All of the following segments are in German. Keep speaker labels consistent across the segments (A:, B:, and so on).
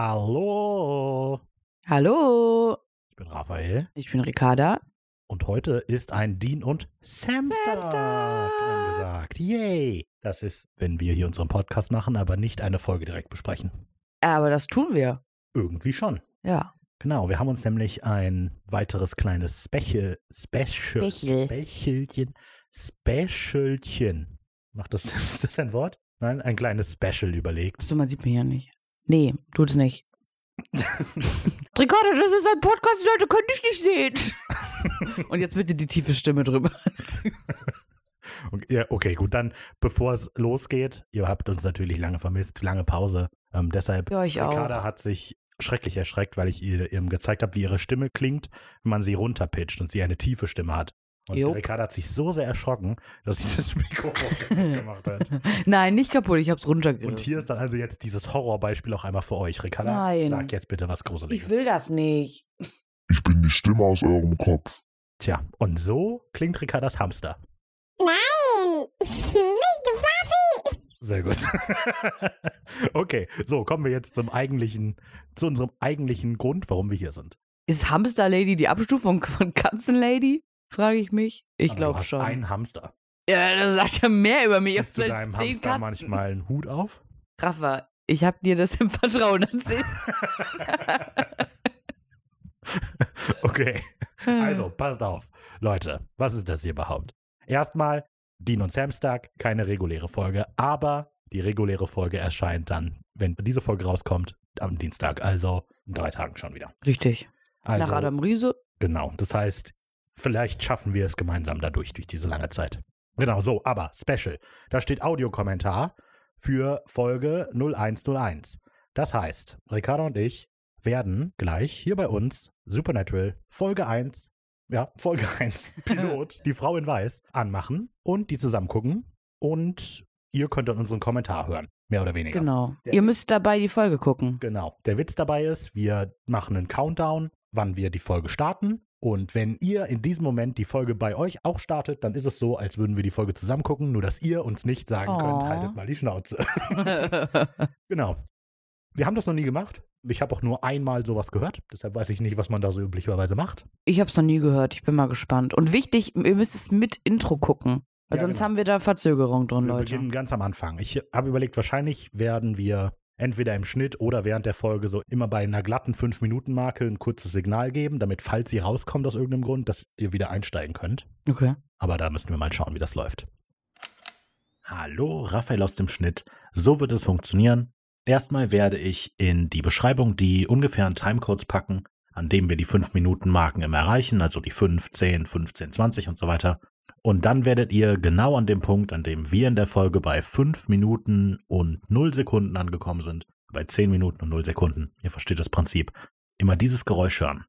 A: Hallo,
B: Hallo,
A: ich bin Raphael
B: ich bin Ricarda.
A: und heute ist ein Dean und Samstag,
B: Samstag.
A: angesagt. Yay! Das ist, wenn wir hier unseren Podcast machen, aber nicht eine Folge direkt besprechen.
B: Äh, Aber das tun wir.
A: Irgendwie schon.
B: Ja.
A: Genau, wir haben uns nämlich ein weiteres kleines Speche, Special,
B: Spechel.
A: Spechelchen, Specialchen. Macht das, ist das ein Wort? Nein, ein kleines Special überlegt.
B: Achso, man sieht mich ja nicht. Nee, tut's nicht. Ricarda, das ist ein Podcast, die Leute können dich nicht sehen. Und jetzt bitte die tiefe Stimme drüber.
A: Und- Ja, okay, gut, dann bevor es losgeht, ihr habt uns natürlich lange vermisst, lange Pause. Ähm, deshalb
B: Ja, ich
A: Ricarda
B: auch.
A: hat sich schrecklich erschreckt, weil ich ihr eben gezeigt habe, wie ihre Stimme klingt, wenn man sie runterpitcht und sie eine tiefe Stimme hat. Und
B: Jupp.
A: Ricarda hat sich so sehr erschrocken, dass sie das Mikrofon kaputt gemacht hat.
B: Nein, nicht kaputt, ich hab's runtergerissen.
A: Und hier ist dann also jetzt dieses Horrorbeispiel auch einmal für euch. Ricarda,
B: Nein.
A: sag jetzt bitte was Gruseliges.
B: ich will das nicht.
C: Ich bin die Stimme aus eurem Kopf.
A: Tja, und so klingt Ricardas Hamster.
D: Nein! Nicht Waffi!
A: Sehr gut. okay, so kommen wir jetzt zum eigentlichen, zu unserem eigentlichen Grund, warum wir hier sind.
B: Ist Hamster Lady die Abstufung von Katzenlady? Frage ich mich. Ich
A: Aber du
B: glaube
A: hast
B: schon.
A: Ein Hamster.
B: Ja, das sagt ja mehr über mich
A: Setzt du
B: als
A: deinem
B: zehn
A: Hamster
B: Katzen.
A: manchmal einen Hut auf?
B: Rafa, ich hab dir das im Vertrauen erzählt.
A: Okay. Also, passt auf. Leute, was ist das hier überhaupt? Erstmal, Dean und Samstag, keine reguläre Folge, aber die reguläre Folge erscheint dann, wenn diese Folge rauskommt, am Dienstag, also in drei Tagen schon wieder.
B: Richtig.
A: Also,
B: Nach Adam Riese.
A: Genau, das heißt, vielleicht schaffen wir es gemeinsam dadurch, durch diese lange Zeit. Genau, so, aber Special. Da steht Audiokommentar für Folge 0101. Das heißt, Ricardo und ich werden gleich hier bei uns Supernatural Folge 1, ja, Folge 1, Pilot, die Frau in Weiß, anmachen und die zusammen gucken und ihr könnt dann unseren Kommentar hören, mehr oder weniger.
B: Genau.
A: Ja.
B: Ihr müsst dabei die Folge gucken.
A: Genau. Der Witz dabei ist, wir machen einen Countdown, wann wir die Folge starten. Und wenn ihr in diesem Moment die Folge bei euch auch startet, dann ist es so, als würden wir die Folge zusammen gucken, nur dass ihr uns nicht sagen könnt,
B: Aw.
A: haltet mal die Schnauze. genau. Wir haben das noch nie gemacht. Ich habe auch nur einmal sowas gehört. Deshalb weiß ich nicht, was man da so üblicherweise macht.
B: ich hab's noch nie gehört. Ich bin mal gespannt. Und wichtig, ihr müsst es mit Intro gucken. Weil
A: Ja,
B: sonst
A: genau.
B: haben wir da Verzögerung drin,
A: Wir
B: Oh, Leute.
A: beginnen ganz am Anfang. Ich habe überlegt, wahrscheinlich werden wir entweder im Schnitt oder während der Folge so immer bei einer glatten 5-Minuten-Marke ein kurzes Signal geben, damit, falls ihr rauskommt aus irgendeinem Grund, dass ihr wieder einsteigen könnt.
B: Okay.
A: Aber da müssen wir mal schauen, wie das läuft. Hallo, Raphael aus dem Schnitt. So wird es funktionieren. Erstmal werde ich in die Beschreibung die ungefähren Timecodes packen, an dem wir die 5-Minuten-Marken immer erreichen, also die 5, 10, 15, 20 und so weiter. Und dann werdet ihr genau an dem Punkt, an dem wir in der Folge bei 5 Minuten und 0 Sekunden angekommen sind, bei 10 Minuten und 0 Sekunden, ihr versteht das Prinzip, immer dieses Geräusch hören.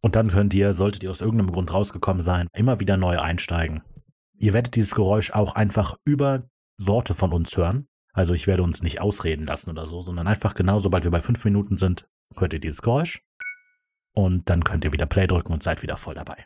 A: Und dann könnt ihr, solltet ihr aus irgendeinem Grund rausgekommen sein, immer wieder neu einsteigen. Ihr werdet dieses Geräusch auch einfach über Worte von uns hören. Also ich werde uns nicht ausreden lassen oder so, sondern einfach genau, sobald wir bei fünf Minuten sind, hört ihr dieses Geräusch. Und dann könnt ihr wieder Play drücken und seid wieder voll dabei.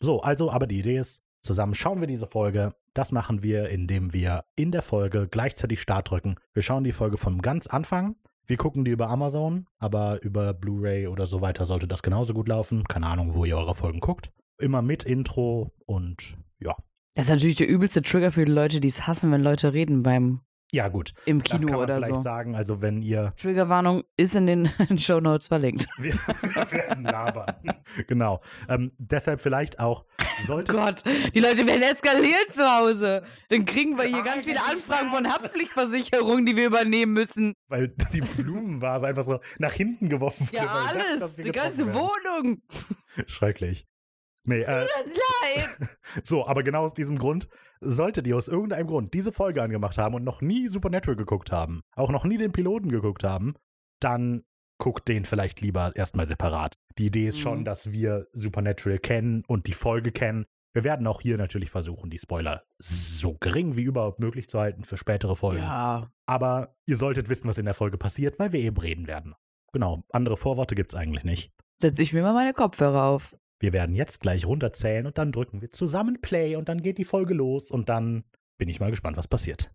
A: So, also, aber die Idee ist, zusammen schauen wir diese Folge. Das machen wir, indem wir in der Folge gleichzeitig Start drücken. Wir schauen die Folge vom ganz Anfang wir gucken die über Amazon, aber über Blu-ray oder so weiter sollte das genauso gut laufen. Keine Ahnung, wo ihr eure Folgen guckt. Immer mit Intro und ja.
B: Das ist natürlich der übelste Trigger für die Leute, die es hassen, wenn Leute reden beim
A: Ja, gut.
B: im
A: Das kann
B: Kino
A: man
B: oder
A: vielleicht
B: so.
A: sagen. Also, wenn ihr.
B: Triggerwarnung ist in den Show Notes verlinkt.
A: Wir, wir werden labern. genau. Ähm, deshalb vielleicht auch. Sollte,
B: Oh Gott, die Leute werden eskaliert zu Hause. Dann kriegen wir hier ganz viele Anfragen von Haftpflichtversicherungen, die wir übernehmen müssen.
A: Weil die Blumenvase einfach so nach hinten geworfen wurde.
B: Ja,
A: weil ich dachte,
B: alles.
A: dass wir
B: Die ganze
A: getroffen werden.
B: Wohnung.
A: Schrecklich. Nee, äh,
B: Das leid.
A: So, aber genau aus diesem Grund, solltet ihr aus irgendeinem Grund diese Folge angemacht haben und noch nie Supernatural geguckt haben, auch noch nie den Piloten geguckt haben, dann guckt den vielleicht lieber erstmal separat. Die Idee ist schon,
B: Mhm.
A: dass wir Supernatural kennen und die Folge kennen. Wir werden auch hier natürlich versuchen, die Spoiler so gering wie überhaupt möglich zu halten für spätere Folgen.
B: Ja,
A: Aber ihr solltet wissen, was in der Folge passiert, weil wir eben reden werden. Genau, andere Vorworte gibt es eigentlich nicht.
B: setze ich mir mal meine Kopfhörer auf.
A: Wir werden jetzt gleich runterzählen und dann drücken wir zusammen Play und dann geht die Folge los und dann bin ich mal gespannt, was passiert.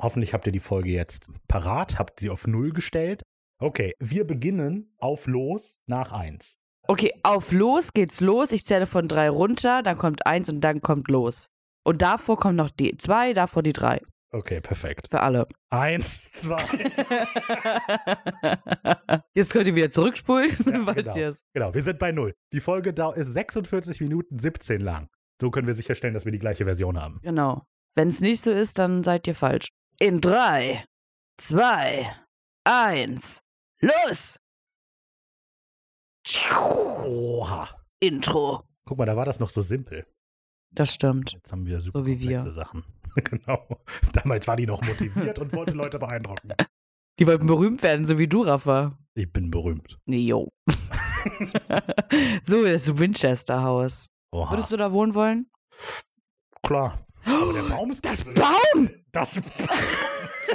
A: Hoffentlich habt ihr die Folge jetzt parat, habt sie auf Null gestellt. Okay, wir beginnen auf Los nach 1.
B: Okay, auf los geht's los. Ich zähle von drei runter, dann kommt eins und dann kommt los. Und davor kommen noch die zwei, davor die drei.
A: Okay, perfekt.
B: Für alle.
A: Eins, zwei.
B: Jetzt könnt ihr wieder zurückspulen,
A: Ja,
B: weil
A: genau.
B: es jetzt.
A: genau, wir sind bei Null. Die Folge dau- ist 46 Minuten 17 lang. So können wir sicherstellen, dass wir die gleiche Version haben.
B: Genau. Wenn es nicht so ist, dann seid ihr falsch. In drei, zwei, eins, los!
A: Oha.
B: Intro.
A: Guck mal, da war das noch so simpel.
B: Das stimmt.
A: Jetzt haben wir super
B: So wie wir.
A: komplexe Sachen. genau. Damals war die noch motiviert und wollte Leute beeindrucken.
B: Die wollten berühmt werden, so wie du, Rafa.
A: Ich bin berühmt.
B: Nee, jo. so, das Winchester Haus.
A: Oha.
B: Würdest du da wohnen wollen?
A: Klar. Aber der Baum ist
B: Das
A: gruselig.
B: Baum!
A: Das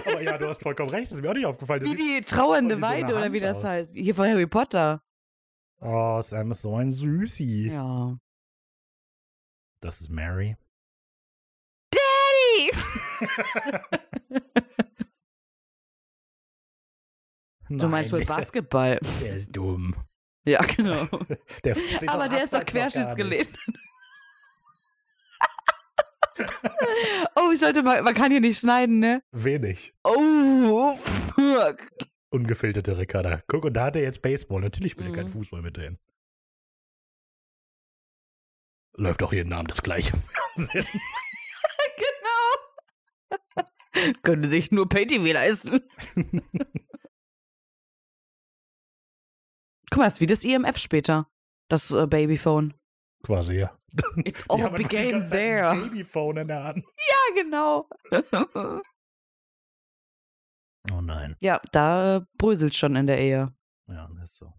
A: Aber ja, du hast vollkommen recht, das ist mir auch nicht aufgefallen. Das
B: Wie
A: sieht-
B: die trauernde
A: Voll wie so eine
B: Weide oder wie
A: Hand
B: das
A: aus.
B: heißt. Hier von Harry Potter.
A: Oh, Sam ist so ein Süßi.
B: Ja.
A: Das ist Mary.
B: Daddy! Du meinst wohl Basketball.
A: Der ist dumm.
B: Ja, genau.
A: Der versteht
B: Aber
A: doch
B: der ist doch
A: Abseits gar nicht.
B: querschnittsgelähmt. oh, ich sollte mal. Man kann hier nicht schneiden, ne?
A: Wenig.
B: Oh, fuck.
A: Ungefilterte Ricarda. Guck, und da hat er jetzt Baseball. Natürlich spielt
B: Mhm.
A: er kein Fußball mit denen. Läuft auch jeden Abend das gleiche im Fernsehen.
B: Genau. Könnte sich nur PayTV leisten. Guck mal, ist wie das IMF später. Das äh, Babyphone.
A: Quasi, ja.
B: It's
A: Die
B: all
A: haben einfach die
B: began
A: ganze Zeit ein
B: there.
A: Babyphone in der Hand.
B: Ja, genau.
A: Oh nein.
B: ja, da äh, bröselt schon in der Ehe.
A: Ja, das ist so.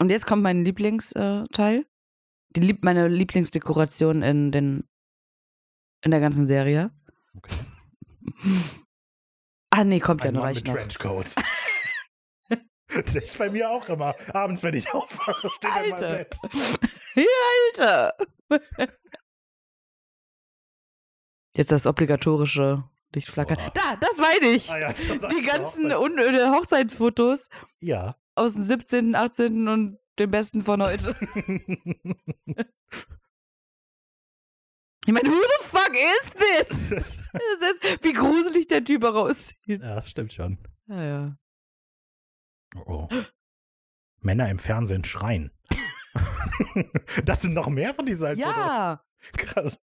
B: Und jetzt kommt mein Lieblingsteil. Die lieb meine Lieblingsdekoration in, den, in der ganzen Serie.
A: Okay.
B: Ah, nee, kommt ja
A: Ein
B: noch
A: Mann
B: reicht
A: mit
B: noch.
A: Trenchcoat. das ist bei mir auch immer. Abends, wenn ich aufwache, steht er in meinem
B: Alter.
A: Bett.
B: Alter. Jetzt das obligatorische Lichtflackern.
A: Boah.
B: Da, das meine ich.
A: Ah ja, das ist
B: Die
A: eine
B: ganzen
A: Hochzeit.
B: unnötigen Hochzeitsfotos
A: Ja.
B: aus dem 17., 18. und dem besten von heute. Ich meine, who the fuck is this?
A: das,
B: Das ist, wie gruselig der Typ auch aussieht.
A: ja, das stimmt schon.
B: Naja.
A: Oh, oh. Männder im Fernsehen schreien. das sind noch mehr von diesen
B: Ja,
A: Fotos. Krass.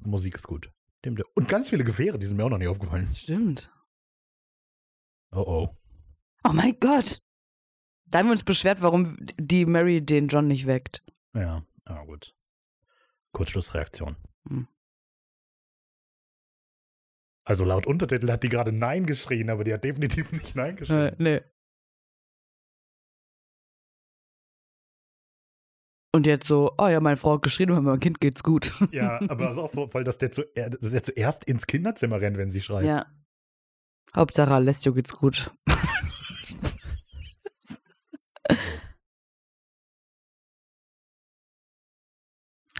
A: Musik ist gut. Stimmt. Und ganz viele Gewehre, die sind mir auch noch nicht aufgefallen.
B: stimmt.
A: Oh oh.
B: Oh mein Gott. Da haben wir uns beschwert, warum die Mary den John nicht weckt.
A: Ja, ja gut. Kurzschlussreaktion.
B: Hm.
A: Also laut Untertitel hat die gerade Nein geschrien, aber die hat definitiv nicht Nein geschrien.
B: Äh, nee. Und jetzt so, oh ja, meine Frau hat geschrien, aber meinem Kind geht's gut.
A: Ja, aber es ist auch voll, voll, dass der, zu, äh, dass der zuerst ins Kinderzimmer rennt, wenn sie schreit.
B: Ja. Hauptsache Alessio geht's gut.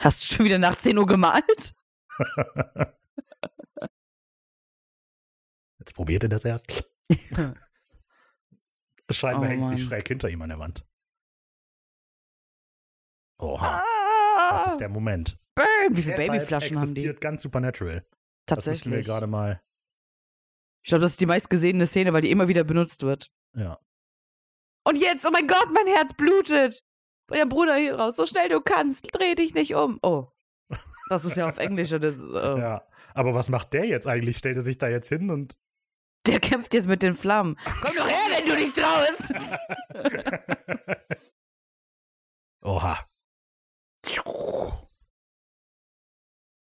B: Hast du schon wieder nach 10 Uhr gemalt?
A: Jetzt probiert er das erst. Scheinbar
B: Oh,
A: hängt sie
B: Mann.
A: schräg hinter ihm an der Wand. Oha, das
B: Ah,
A: ist der Moment.
B: Burn! Wie viele
A: Deshalb
B: Babyflaschen haben die?
A: existiert ganz Supernatural. Das müssen wir
B: Tatsächlich.
A: gerade mal.
B: Ich glaube, das ist die meistgesehene Szene, weil die immer wieder benutzt wird.
A: Ja.
B: Und jetzt, oh mein Gott, mein Herz blutet. Bring deinen Bruder hier raus, so schnell du kannst, dreh dich nicht um. Oh. Das ist ja auf Englisch. und Das, äh,
A: ja. Aber was macht der jetzt eigentlich? Stellt er sich da jetzt hin und.
B: Der kämpft jetzt mit den Flammen. Komm doch her, wenn du dich traust.
A: Oha.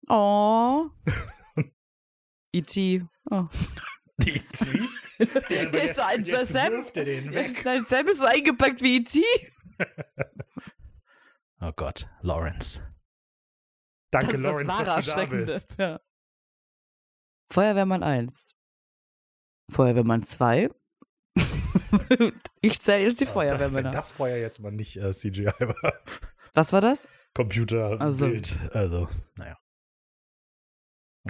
B: Oh. E.T. Oh.
A: Die Zwie-
B: Der ist so ein
A: jetzt
B: Shazam.
A: wirft er den weg.
B: Dein Sam ist so eingepackt wie E E.T.
A: Oh Gott, Lawrence.
B: Das
A: Danke,
B: ist das
A: Lawrence,
B: wahre
A: dass du da
B: Erschreckende.
A: bist.
B: Ja. Feuerwehrmann 1. Feuerwehrmann 2. ich zähle jetzt die
A: Wenn
B: Feuerwehrmänner.
A: Oh, das Feuer jetzt mal nicht äh, CGI war.
B: Was war das?
A: Computerbild.
B: Also-
A: Also, naja.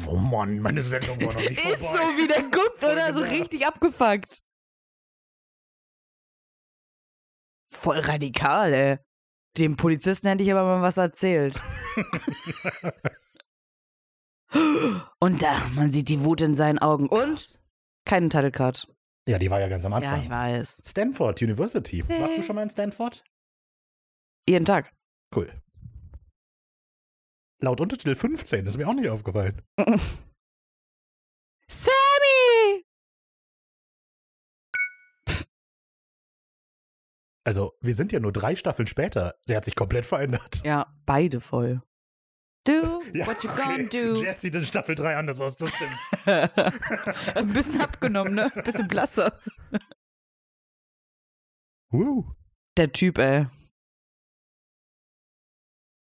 A: Oh Mann, meine Sendung war noch nicht vorbei.
B: Ist so, wie der guckt, oder? So richtig abgefuckt. Voll radikal, ey. Dem Polizisten hätte ich aber mal was erzählt. Und da, man sieht die Wut in seinen Augen. Und keine Title Card.
A: Ja, die war ja ganz am Anfang.
B: Ja, ich weiß.
A: Stanford University.
B: Nee.
A: Warst du schon mal in Stanford?
B: Jeden Tag.
A: Cool. Laut Untertitel 15, das ist mir auch nicht aufgefallen.
B: Sammy!
A: Also, wir sind ja nur drei Staffeln später. Der hat sich komplett verändert.
B: Ja, beide voll. Do
A: Ja,
B: what you
A: okay.
B: gonna do.
A: Jess sieht in Staffel 3 anders aus, das stimmt.
B: Ein bisschen abgenommen, ne? Ein bisschen blasser.
A: Woo.
B: Der Typ, ey.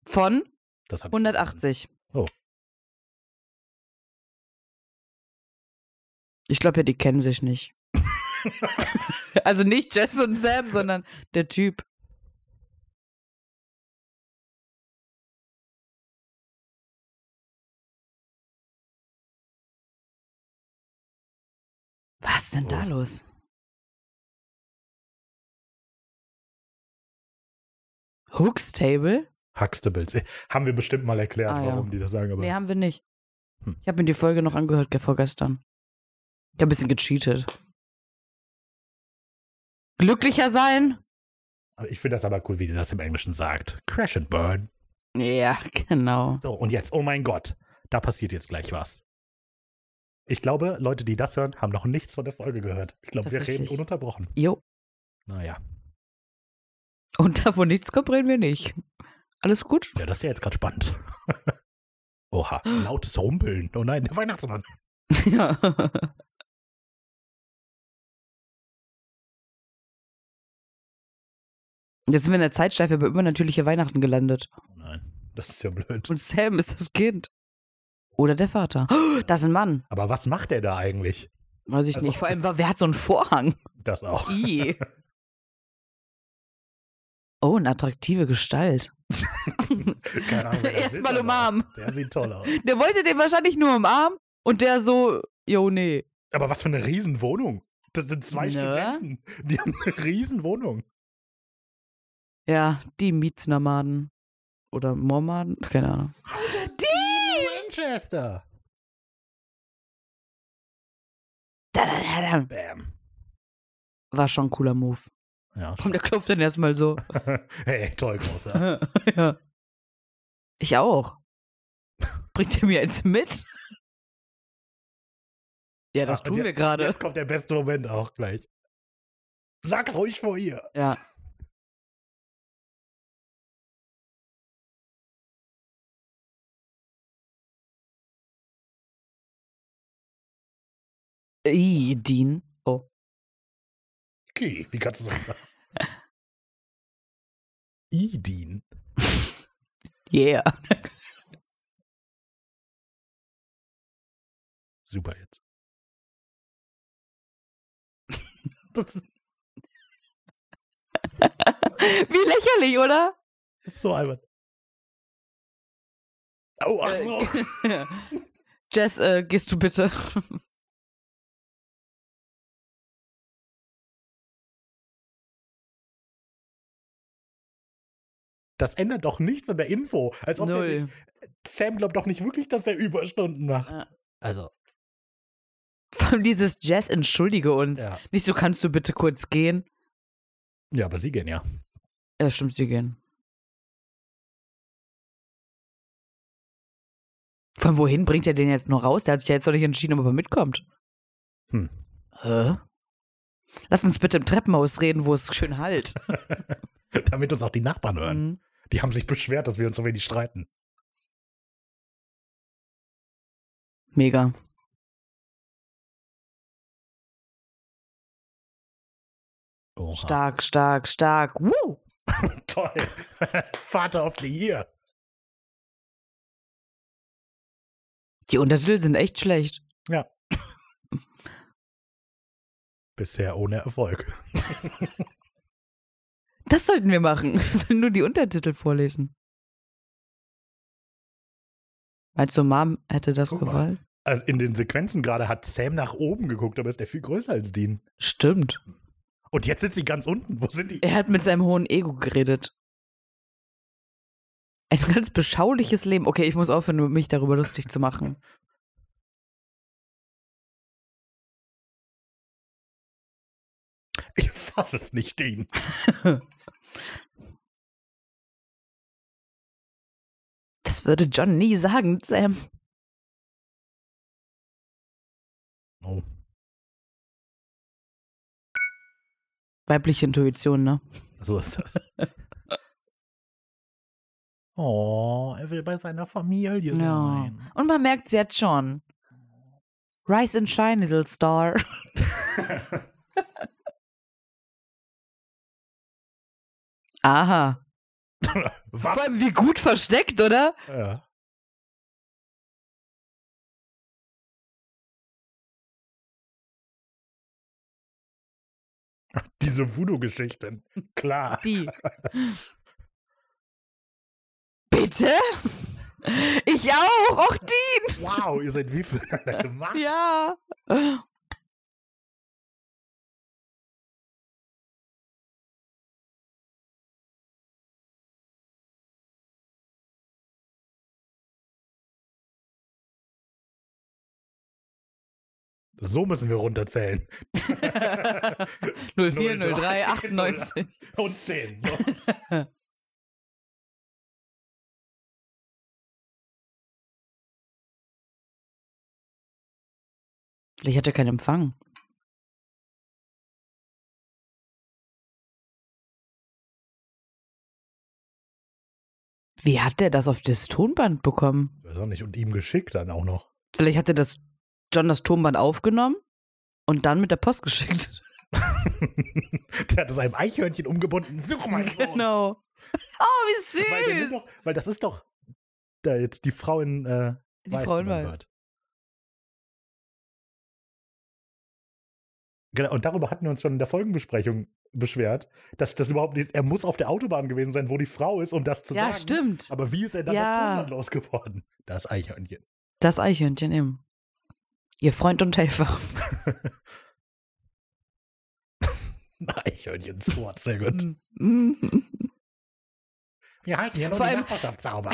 B: Von
A: Das hat
B: 180.
A: Oh.
B: Ich glaube ja, die kennen sich nicht. also nicht Jess und Sam, sondern der Typ. Was ist denn da
A: Oh.
B: los? Hookstable?
A: Huxtables. Eh, Haben wir bestimmt mal erklärt,
B: Ah, ja.
A: warum die das sagen. Aber
B: Nee, haben wir nicht.
A: Hm.
B: Ich habe mir die Folge noch angehört ge- vorgestern. Ich habe ein bisschen gecheatet. Glücklicher sein?
A: aber ich finde das aber cool, wie sie das im Englischen sagt. Crash and burn.
B: Ja, genau.
A: So, und jetzt, oh mein Gott, da passiert jetzt gleich was. Ich glaube, Leute, die das hören, haben noch nichts von der Folge gehört. Ich glaube, wir reden
B: Tatsächlich.
A: ununterbrochen.
B: Jo.
A: Naja,
B: Und davon nichts kommt, reden wir nicht. Alles gut?
A: ja, das ist ja jetzt gerade spannend. Oha, lautes Rumpeln. Oh nein, der Weihnachtsmann.
B: ja. Jetzt sind wir in der Zeitschleife über übernatürliche Weihnachten gelandet.
A: Oh nein, das ist ja blöd.
B: Und Sam ist das Kind. Oder der Vater. Oh, Das ist ein Mann.
A: Aber was macht der da eigentlich?
B: Weiß ich
A: Also-
B: nicht. Vor allem, wer hat so einen Vorhang?
A: Das auch.
B: I. Oh, eine attraktive Gestalt.
A: Keine Ahnung. wer das ist,
B: Erstmal
A: aber
B: umarmen.
A: Der sieht toll aus.
B: Der wollte den wahrscheinlich nur umarmen und der so, jo, nee.
A: Aber was für eine Riesenwohnung. Das sind zwei
B: Ne?
A: Studenten. Die haben eine Riesenwohnung.
B: Ja, die Mietsnomaden. Oder Mormaden? Keine Ahnung. Die!
A: Manchester.
B: Da, da, da, da.
A: Bam.
B: War schon ein cooler Move.
A: Ja.
B: Warum der klopft dann erstmal so?
A: Hey, toll, großer.
B: ja. Ich auch. Bringt ihr mir eins mit? Ja, das
A: Ah, und
B: tun
A: jetzt-
B: wir gerade.
A: Jetzt kommt der beste Moment auch gleich. Sag's ruhig vor ihr.
B: Ja. Ih, Dean. Oh.
A: Okay, wie kannst du das sagen? Idin.
B: Yeah.
A: Super jetzt.
B: Wie lächerlich, oder?
A: Ist so albern. Oh, ach
B: Äh,
A: so.
B: Jess, äh, gehst du bitte?
A: Das ändert doch nichts an der Info. Als ob Der nicht, Sam glaubt doch nicht wirklich, dass der Überstunden macht.
B: Ja.
A: Also,
B: Vor allem dieses Jess, entschuldige uns.
A: ja.
B: Nicht so, kannst du bitte kurz gehen?
A: Ja, aber sie gehen ja.
B: Ja, stimmt, sie gehen. Von wohin bringt er den jetzt nur raus? Der hat sich ja jetzt noch nicht entschieden, ob er mitkommt.
A: Hm.
B: Hä? Lass uns bitte im Treppenhaus reden, wo es schön halt.
A: Damit uns auch die Nachbarn hören.
B: Mhm.
A: Die haben sich beschwert, dass wir uns so wenig streiten.
B: Mega.
A: Ah. Oha.
B: Stark, stark, stark. Woo!
A: Toll. Vater of the Year.
B: Die Untertitel sind echt schlecht.
A: Bisher ohne Erfolg.
B: Das sollten wir machen. Wir sollen nur die Untertitel vorlesen. Meinst du, Mom hätte das
A: Guck mal.
B: gewollt?
A: Also in den Sequenzen gerade hat Sam nach oben geguckt, aber ist der viel größer als Dean.
B: Stimmt.
A: Und jetzt sind sie ganz unten. Wo sind die?
B: Er hat mit seinem hohen Ego geredet. Ein ganz beschauliches Leben. Okay, ich muss aufhören, mich darüber lustig zu machen.
A: Ich fass es nicht, Dean.
B: Das würde John nie sagen, Sam.
A: Oh.
B: Weibliche Intuition, ne?
A: So ist das. oh, er will bei seiner Familie
B: Ja.
A: sein.
B: Und man merkt es jetzt schon. Rise and shine, little star. Aha.
A: Was?
B: Vor allem wie gut versteckt, oder?
A: Ja. Diese Voodoo-Geschichten. Klar.
B: Die. Bitte? Ich auch. Och, die.
A: Wow, ihr seid wie füreinander gemacht.
B: Ja.
A: So müssen wir runterzählen.
B: 04, 03,
A: 98.
B: 98.
A: Und 10.
B: Vielleicht hat er keinen Empfang. Wie hat der das auf das Tonband bekommen?
A: Weiß auch nicht. Und ihm geschickt dann auch noch.
B: Vielleicht hat er das John das Tonband aufgenommen und dann mit der Post geschickt.
A: Der hat es einem Eichhörnchen umgebunden.
B: Oh
A: Such mal Sohn.
B: Genau. Oh, wie
A: Weil, der will
B: süß.
A: doch, weil das ist doch da jetzt die Frau in äh,
B: Die
A: Weiß,
B: Frauen
A: die man
B: weiß.
A: hört. Genau, und darüber hatten wir uns schon in der Folgenbesprechung beschwert, dass das überhaupt nicht, er muss auf der Autobahn gewesen sein, wo die Frau ist, um das zu
B: Ja,
A: sagen.
B: stimmt.
A: Aber wie ist er dann das
B: Ja.
A: Tonband losgeworden? Das Eichhörnchen.
B: Das Eichhörnchen eben. Ihr Freund und Helfer.
A: Eichhörnchen Sword, sehr gut. Wir halten ja
B: nur Vor die allem-
A: Nachbarschaftszauber.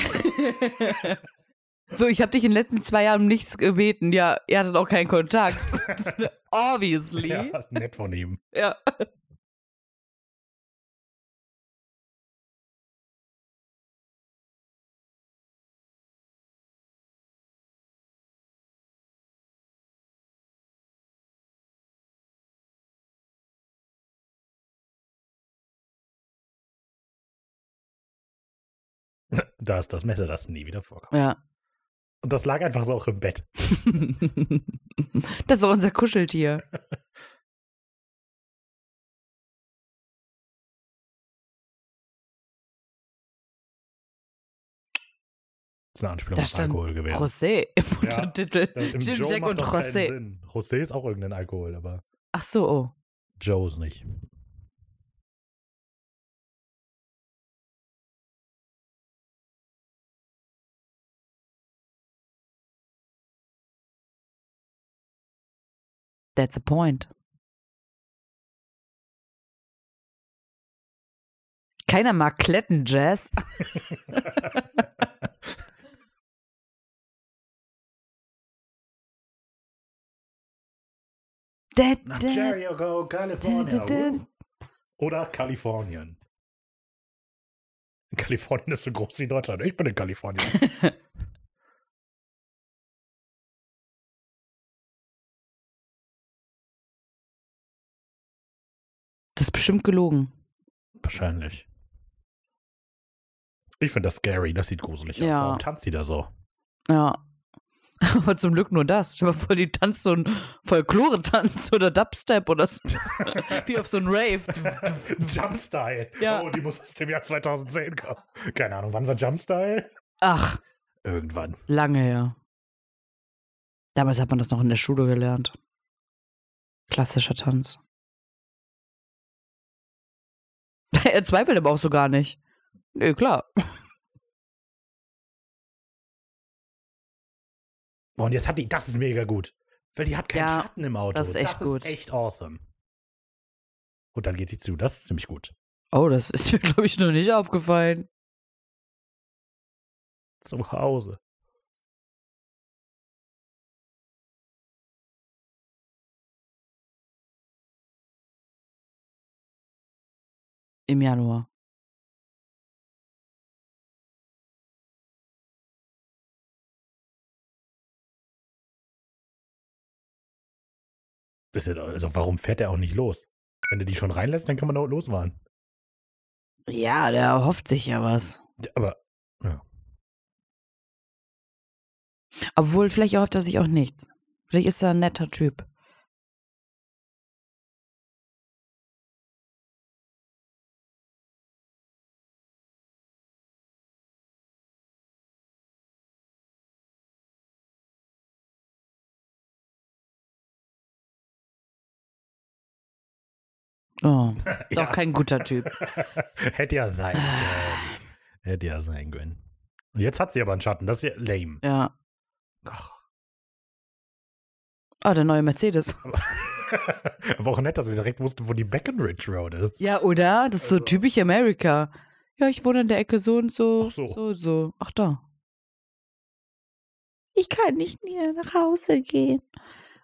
B: so, ich habe dich in den letzten zwei Jahren um nichts gebeten. Ja, ihr hattet auch keinen Kontakt. Obviously.
A: ja, nett von ihm.
B: Ja.
A: Da ist das Messer, das nie wieder vorkommt.
B: Ja.
A: Und das lag einfach so auch im Bett.
B: Das ist auch unser Kuscheltier.
A: Das ist eine Anspielung
B: Da
A: auf
B: stand
A: Alkohol gewesen.
B: José im Untertitel.
A: Das- im
B: Jim,
A: Joe
B: Jack
A: macht
B: und
A: doch keinen
B: José.
A: Sinn. José ist auch irgendein Alkohol, aber
B: Ach so, oh.
A: Joe's nicht.
B: That's a point. Keiner mag Kletten-Jazz. Da, da,
A: Ontario,
B: da, da, da.
A: Oder Kalifornien. Kalifornien ist so groß wie Deutschland. Ich bin in Kalifornien.
B: Das ist bestimmt gelogen.
A: Wahrscheinlich. Ich finde das scary. Das sieht gruselig aus.
B: Ja.
A: Warum tanzt die da so?
B: Ja. Aber zum Glück nur das. Stell dir mal vor, die tanzt so ein Folklore-Tanz oder Dubstep oder so. Wie auf so ein Rave.
A: Jumpstyle.
B: Ja.
A: Oh, die muss aus dem Jahr 2010 kommen. Keine Ahnung, wann war Jumpstyle?
B: Ach,
A: Irgendwann.
B: lange her. Damals hat man das noch in der Schule gelernt. Klassischer Tanz. Er zweifelt aber auch so gar nicht. Nee, klar.
A: Und jetzt hat die, das ist mega gut. Weil die hat keinen
B: Ja,
A: Schatten im Auto.
B: das ist echt gut.
A: ist echt awesome. Und dann geht die zu. Das ist ziemlich gut.
B: Oh, das ist mir, glaube ich, noch nicht aufgefallen.
A: Zu Hause.
B: Im Januar.
A: Das ist, also warum fährt er auch nicht los? Wenn du die schon reinlässt, dann kann man auch losfahren.
B: Ja, der erhofft sich ja was.
A: Aber
B: Obwohl, vielleicht erhofft er sich auch nichts. Vielleicht ist er ein netter Typ. Oh, ist
A: Ja.
B: auch kein guter Typ.
A: Hätte ja sein
B: Ah.
A: können. Hätte ja sein können. Und jetzt hat sie aber einen Schatten. Das ist ja lame.
B: Ja.
A: Ach.
B: Ah, der neue Mercedes.
A: aber auch nett, dass sie direkt wusste, wo die Breckenridge Road ist.
B: Ja, oder? Das ist
A: Also
B: so typisch Amerika. Ja, ich wohne in der Ecke so und so.
A: Ach so.
B: So, so. Ach, da.
E: Ich kann nicht mehr nach Hause gehen.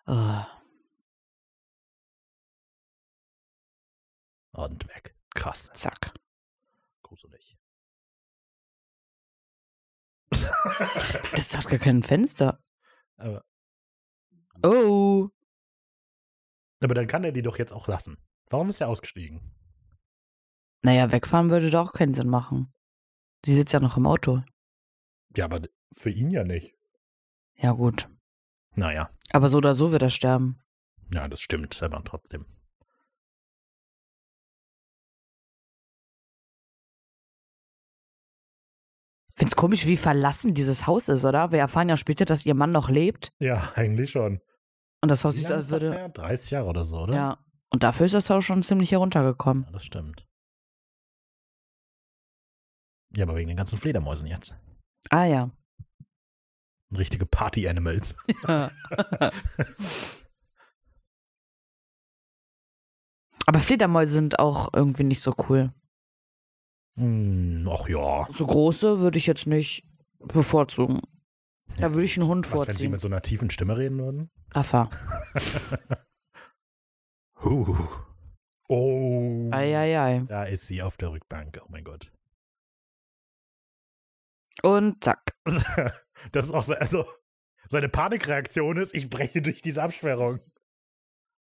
B: Ah.
A: Und weg. Krass.
B: Zack.
A: Gruselig.
B: Das hat gar kein Fenster.
A: Aber,
B: Oh.
A: aber dann kann er die doch jetzt auch lassen. Warum ist er ausgestiegen?
B: Naja, wegfahren würde da auch keinen Sinn machen. Sie sitzt ja noch im Auto.
A: Ja, aber d- für ihn ja nicht.
B: Ja, gut.
A: Naja,
B: Aber so oder so wird er sterben.
A: ja, das stimmt, aber trotzdem.
B: Find's komisch, wie verlassen dieses Haus ist, oder? Wir erfahren ja später, dass ihr Mann noch lebt.
A: Ja, eigentlich schon.
B: Und das Haus
A: Wie
B: ist,
A: lange
B: als
A: ist das
B: würde.
A: her? 30 Jahre oder so, oder?
B: Ja. Und dafür ist das Haus schon ziemlich heruntergekommen.
A: ja. Das stimmt. Ja, aber wegen den ganzen Fledermäusen jetzt.
B: Ah, ja.
A: Richtige Party-Animals.
B: Aber Fledermäuse sind auch irgendwie nicht so cool.
A: Hm, ach ja.
B: So große würde ich jetzt nicht bevorzugen. Da würde ich einen Hund
A: Was, wenn sie
B: vorziehen.
A: mit so einer tiefen Stimme reden würden?
B: Rafa.
A: Huh. Oh.
B: Eieiei.
A: Da ist sie auf der Rückbank. Oh mein Gott.
B: Und zack.
A: Das ist auch se also seine Panikreaktion ist, ich breche durch diese Absperrung.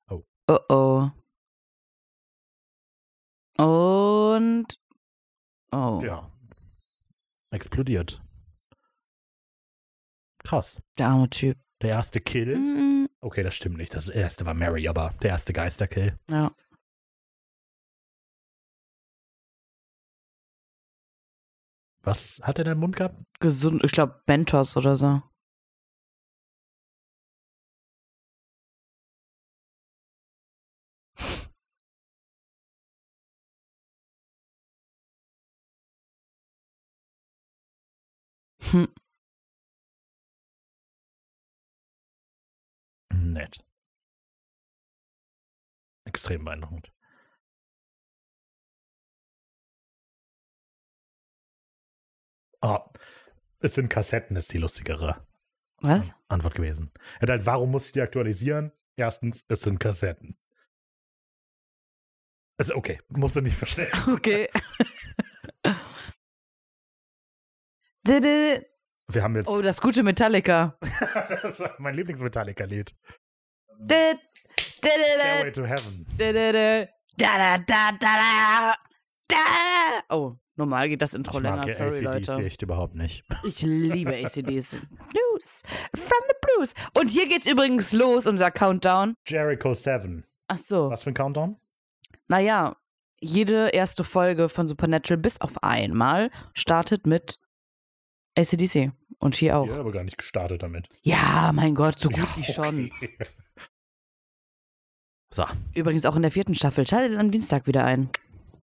B: Oh oh. Und. Oh.
A: Ja. Explodiert. Krass.
B: Der arme Typ.
A: Der erste Kill.
B: Mm,
A: Okay, das stimmt nicht. Das erste war Mary, aber der erste Geisterkill.
B: ja.
A: Was hat er da im Mund gehabt?
B: Gesund. Ich glaube, Mentos oder so. Hm.
A: Nett. Extrem beeindruckend. Ah, es sind Kassetten, ist die lustigere
B: Was?
A: An- Antwort gewesen. Er hat halt, warum muss ich die aktualisieren? Erstens, es sind Kassetten. Also, okay, musst du nicht verstehen.
B: Okay. Didi.
A: Wir haben jetzt
B: oh, das gute Metallica.
A: das war mein Lieblingsmetallica-Lied.
B: Did, Äh.
A: Stairway to Heaven.
B: Da, da, da, da, da, da. Oh, normal geht das Intro
A: Ich
B: länger.
A: mag ja
B: Sorry,
A: AC/DC
B: Leute.
A: echt überhaupt nicht.
B: Ich liebe ACDs. Blues. From the Blues. Und hier geht's übrigens los, unser Countdown.
A: Jericho 7.
B: Ach so.
A: Was für ein Countdown?
B: Naja, jede erste Folge von Supernatural bis auf einmal startet mit ACDC. Und hier auch.
A: Ich habe aber gar nicht gestartet damit.
B: Ja, mein Gott, Oh. so gut
A: Ja,
B: wie schon.
A: okay. So,
B: Übrigens auch in der vierten Staffel. Schaltet am Dienstag wieder ein.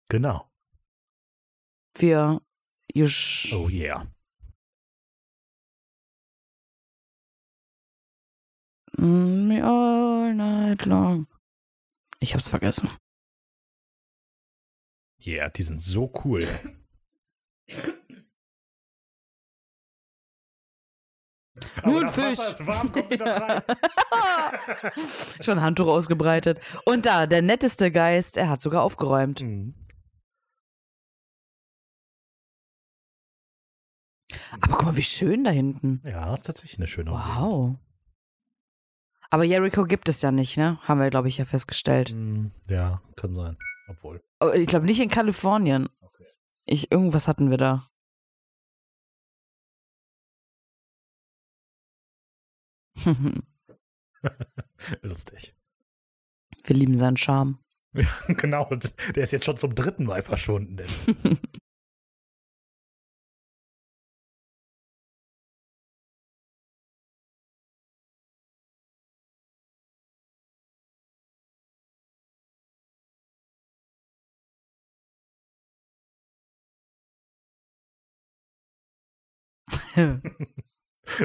A: genau.
B: Wir. Jusch.
A: Oh yeah.
B: Mm, me all night long. Ich hab's vergessen.
A: Ja, die sind so cool. Aber das
B: Thunfisch.
A: Wasser ist warm, kommt wieder
B: Ja.
A: rein.
B: Schon Handtuch ausgebreitet. Und da, der netteste Geist, er hat sogar aufgeräumt.
A: Mhm.
B: Aber guck mal, wie schön da hinten.
A: Ja, ist tatsächlich eine schöne Umgebung.
B: Wow. Aber Jericho gibt es ja nicht, ne? Haben wir, glaube ich, ja festgestellt.
A: Mhm, Ja, kann sein. Obwohl.
B: Aber ich glaube nicht in Kalifornien. Ich, irgendwas hatten wir da. wir
A: Lustig.
B: lieben seinen Charme.
A: genau, und der ist jetzt schon zum dritten Mal verschwunden. Denn.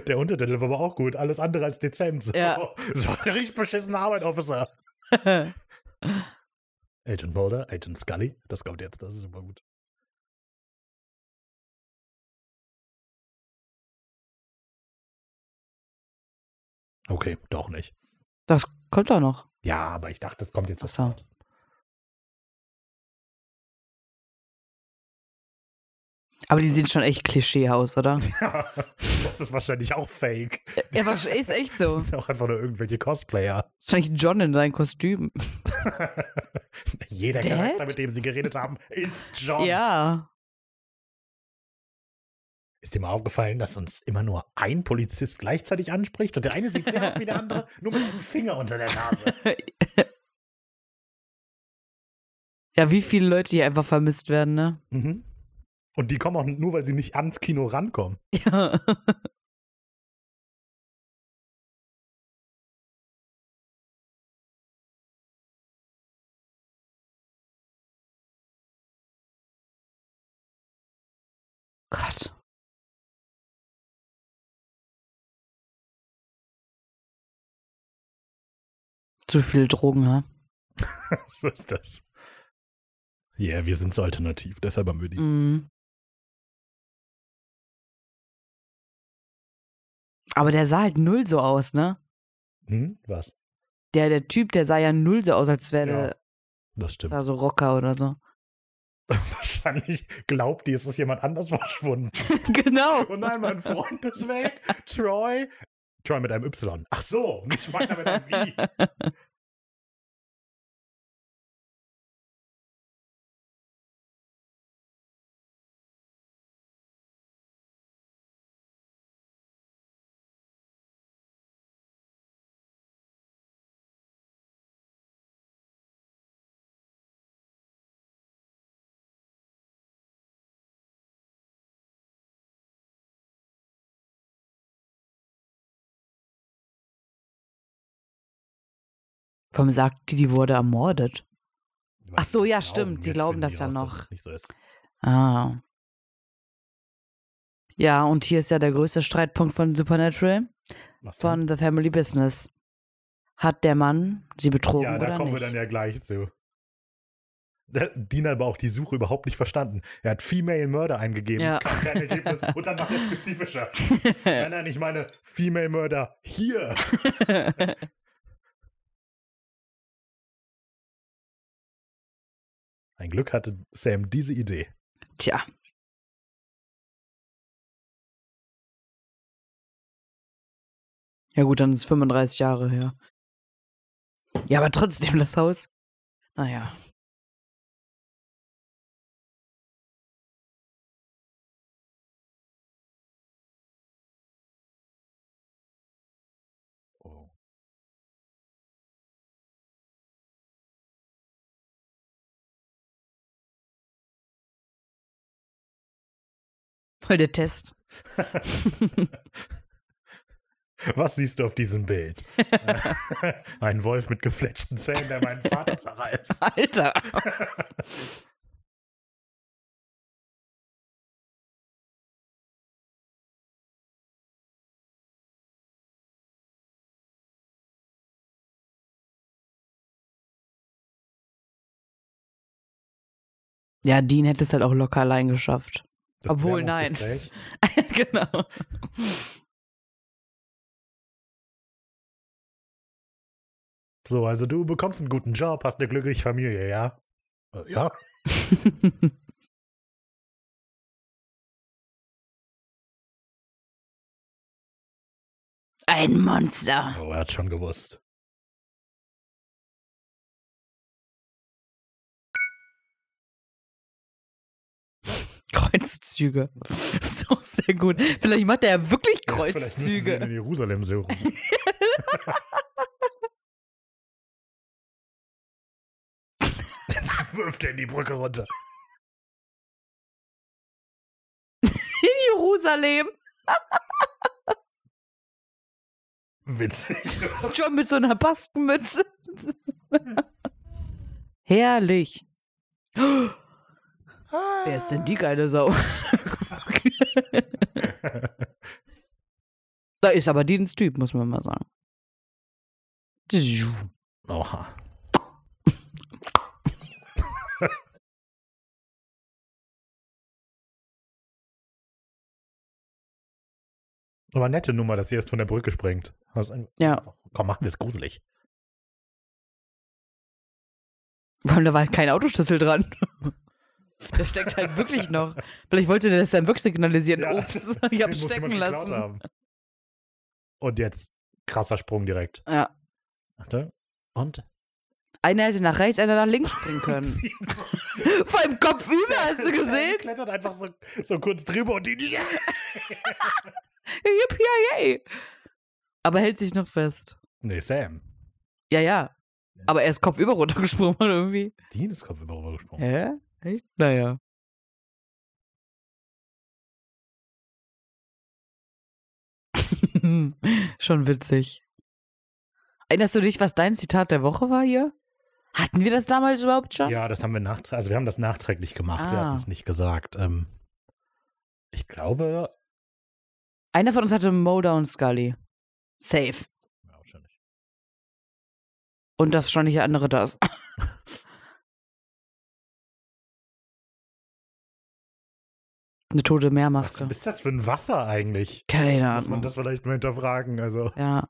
A: Der Untertitel war aber auch gut. Alles andere als dezent. So,
B: Ja.
A: so eine richtig beschissene Arbeit, Officer. Agent Mulder, Agent Scully. Das kommt jetzt, das ist super gut. Okay, doch nicht.
B: das kommt doch noch.
A: Ja, aber ich dachte, das kommt jetzt
B: Ach so. Aber die sehen schon echt Klischee aus, oder?
A: Ja, das ist wahrscheinlich auch fake.
B: Ja, aber ist echt
A: Das
B: so.
A: sind auch einfach nur irgendwelche Cosplayer.
B: Wahrscheinlich John in seinem Kostüm.
A: Jeder
B: Dad?
A: Charakter, mit dem sie geredet haben, ist John.
B: Ja.
A: Ist dir mal aufgefallen, dass uns immer nur ein Polizist gleichzeitig anspricht und der eine sieht sehr aus wie der andere, nur mit einem Finger unter der Nase.
B: Ja, wie viele Leute hier einfach vermisst werden, ne?
A: Mhm. Und die kommen auch nur, weil sie nicht ans Kino rankommen.
B: Ja. Gott. Zu viel Drogen, ha?
A: So ist das. Ja, wir sind so alternativ, deshalb haben wir die.
B: Mhm. Aber der sah halt null so aus, ne?
A: Hm? Was?
B: Der, der Typ, der sah ja null so aus, als wäre
A: Ja,
B: der
A: das stimmt.
B: da so Rocker oder so.
A: Wahrscheinlich glaubt die, es ist jemand anders verschwunden.
B: genau.
A: Oh nein, mein Freund ist weg. Troy. Troy mit einem Y. Ach so, nicht meiner mit einem I.
B: Warum sagt die, die wurde ermordet? Ach so, ja,
A: Die
B: stimmt. Die
A: jetzt
B: glauben
A: finden
B: das ja
A: raus,
B: noch.
A: dass es nicht so ist.
B: Ah. Ja, und hier ist ja der größte Streitpunkt von Supernatural,
A: Was denn?
B: von The Family Business. Hat der Mann sie betrogen
A: Ja, da
B: oder
A: kommen
B: nicht?
A: wir dann ja gleich zu. Der- Dean hat aber auch die Suche überhaupt nicht verstanden. Er hat Female Murder eingegeben,
B: Ja.
A: kam kein Ergebnis und dann macht er spezifischer. Wenn er nicht meine Female Murder hier. Ein Glück hatte Sam diese Idee.
B: Tja. Ja gut, dann ist es 35 Jahre her. Ja, aber trotzdem das Haus. Naja.
A: Oh.
B: Voll der Test.
A: Was siehst du auf diesem Bild? Ein Wolf mit gefletschten Zähnen, der meinen Vater zerreißt.
B: Alter. Ja, Dean hätte es halt auch locker allein geschafft.
A: Das
B: Obwohl, nein.
A: Bewerbungsgespräch.
B: genau.
A: So, also du bekommst einen guten Job, hast eine glückliche Familie, ja? Äh, Ja.
E: Ein Monster.
A: Oh, er hat schon gewusst.
B: Kreuzzüge. Ist auch sehr gut. Vielleicht macht er ja wirklich
A: Ja, vielleicht müssen sie ihn
B: Kreuzzüge.
A: in Jerusalem suchen. Jetzt wirft er in die Brücke runter.
B: In Jerusalem.
A: Witzig.
B: Schon mit so einer Baskenmütze. Herrlich.
A: Ah.
B: Wer ist denn die geile Sau? da ist aber Dienst Typ, muss man mal sagen.
A: Oha. Aber nette Nummer, dass sie erst von der Brücke springt. Das ist ein-
B: Ja.
A: Komm, machen wir es gruselig.
B: Weil da war halt kein Autoschlüssel dran. Der steckt halt wirklich noch. Vielleicht wollte der das dann wirklich signalisieren.
A: Ja.
B: Ups, ich
A: Den
B: hab's
A: muss
B: stecken
A: jemand geklaut
B: lassen.
A: haben. Und jetzt krasser Sprung direkt.
B: Ja.
A: Warte. Und?
B: Einer hätte nach rechts, einer nach links springen können. Vor allem Kopf über, hast Ähm, du
A: Sam
B: gesehen?
A: klettert einfach so, so kurz drüber und die. Ja.
B: Yippie-yay. Aber hält sich noch fest.
A: Nee, Sam.
B: Ja, ja. Aber er ist Kopf über runtergesprungen oder irgendwie.
A: Dean ist Kopf über gesprungen.
B: Hä? Echt? Naja. Schon witzig. Erinnerst du dich, was dein Zitat der Woche war hier? Hatten wir das damals überhaupt schon?
A: Ja, das haben wir nachträglich, also wir haben das nachträglich gemacht, wir
B: Ah.
A: hatten es nicht gesagt. Ähm, ich glaube,
B: Einer von uns hatte Moda und Scully. Safe.
A: ja, wahrscheinlich.
B: Und das schon nicht andere das. Eine tote
A: Was
B: Meermaske.
A: ist das für ein Wasser eigentlich?
B: Keine
A: Muss man
B: Ahnung.
A: das vielleicht mal hinterfragen, also.
B: Ja.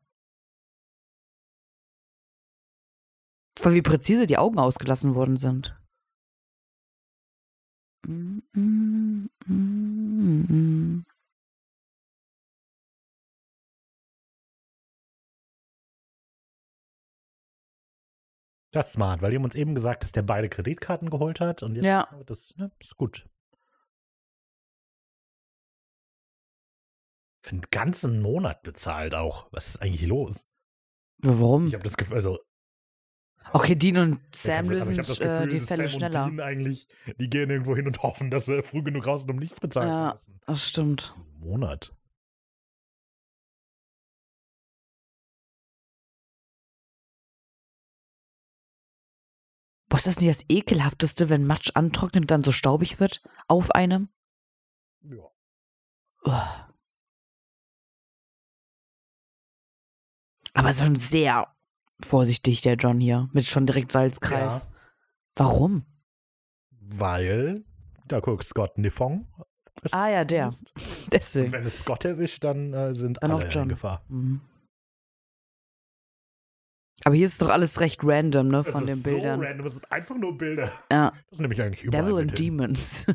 B: Voll wie präzise die Augen ausgelassen worden sind.
A: Das ist smart, weil die haben uns eben gesagt, dass der beide Kreditkarten geholt hat und jetzt
B: Ja.
A: das ne, ist gut. Für den ganzen Monat bezahlt auch. Was ist eigentlich los? Ich
B: Warum?
A: habe das Gefühl, also
B: Okay, Dean und Hm. Sam
A: Aber ich
B: lösen
A: hab das
B: äh,
A: Gefühl,
B: die
A: dass
B: Fälle
A: Sam
B: schneller.
A: Und Dean eigentlich, die gehen irgendwo hin und hoffen, dass sie früh genug raus sind, um nichts bezahlen
B: Ja.
A: zu müssen.
B: Das stimmt.
A: Monat.
B: Boah, ist das nicht das ekelhafteste, wenn Matsch antrocknet und dann so staubig wird? Auf einem?
A: Ja.
B: Uah. Aber schon sehr vorsichtig, der John hier. Mit schon direkt Salzkreis.
A: Ja.
B: Warum?
A: Weil, da guckt Scott Niffong. ist-
B: Ah ja, der.
A: ist. Und
B: Deswegen.
A: wenn es Scott erwischt, dann äh, sind
B: Dann
A: alle
B: auch John.
A: in Gefahr.
B: Mhm. Aber hier ist doch alles recht random, ne, von
A: es
B: den
A: ist
B: Bildern.
A: so random, es sind einfach nur Bilder.
B: ja.
A: Das nehme ich eigentlich überall
B: Devil
A: mit
B: and
A: hin.
B: Demons.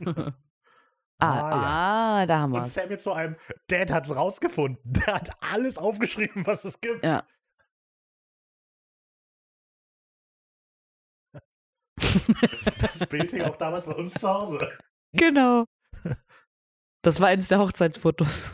B: ah,
A: Ah,
B: ah, da haben
A: Und
B: wir's.
A: Sam jetzt so einem, Dad hat's rausgefunden. Der hat alles aufgeschrieben, was es gibt.
B: Ja.
A: Das Bild hing auch damals bei uns zu Hause.
B: Genau. Das war eines der Hochzeitsfotos.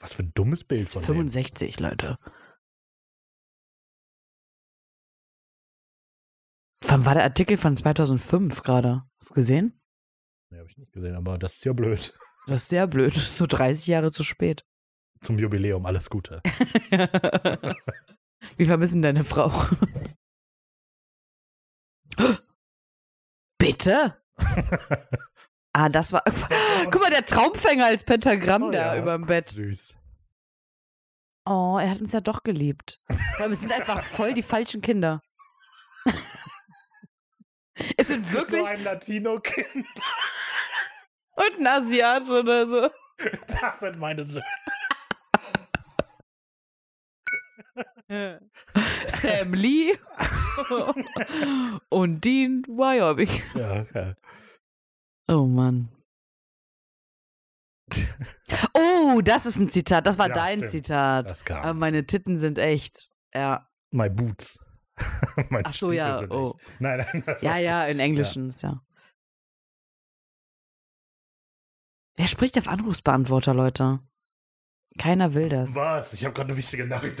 A: Was für ein dummes Bild
B: Ist
A: von dem.
B: 65, Leute. Wann war der Artikel von 2005 gerade? Hast du gesehen?
A: Nee, habe ich nicht gesehen, aber das ist ja blöd.
B: Das ist sehr blöd. So 30 Jahre zu spät.
A: Zum Jubiläum alles Gute.
B: Wir vermissen deine Frau. Bitte? ah, das war. Guck mal, der Traumfänger als Pentagramm
A: Oh
B: da
A: ja.
B: über dem Bett.
A: Süß.
B: Oh, er hat uns ja doch geliebt. Weil wir sind einfach voll die falschen Kinder. es sind wirklich
A: ein Latino-Kind.
B: und ein Asiate oder so.
A: Das sind meine Söhne.
B: Sam Lee und Dean Wyoming.
A: Ja, ja.
B: Oh Mann. Oh, das ist ein Zitat. Das war
A: Ja,
B: dein
A: stimmt.
B: Zitat.
A: Das kam.
B: Aber meine Titten sind echt. Ja,
A: My Boots. Meine
B: Ach so, ja,
A: Stiefel sind
B: oh.
A: echt. Nein, nein, das
B: ja, ja in Englischen ist ja. Wer spricht auf Anrufsbeantworter, Leute? Keiner will das.
A: Was? Ich habe gerade eine wichtige Nachricht.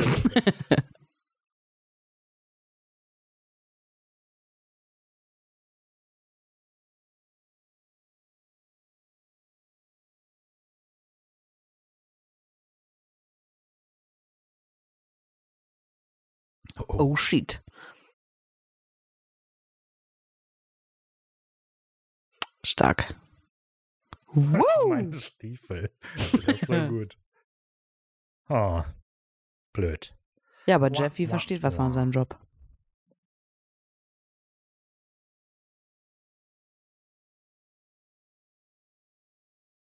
B: Oh shit. Stark. Woo!
A: Meine Stiefel. Also, Das ist so gut. Oh, blöd.
B: Ja, aber
A: Wah,
B: Jeffy
A: wah,
B: versteht, was war an
A: wah.
B: seinem Job.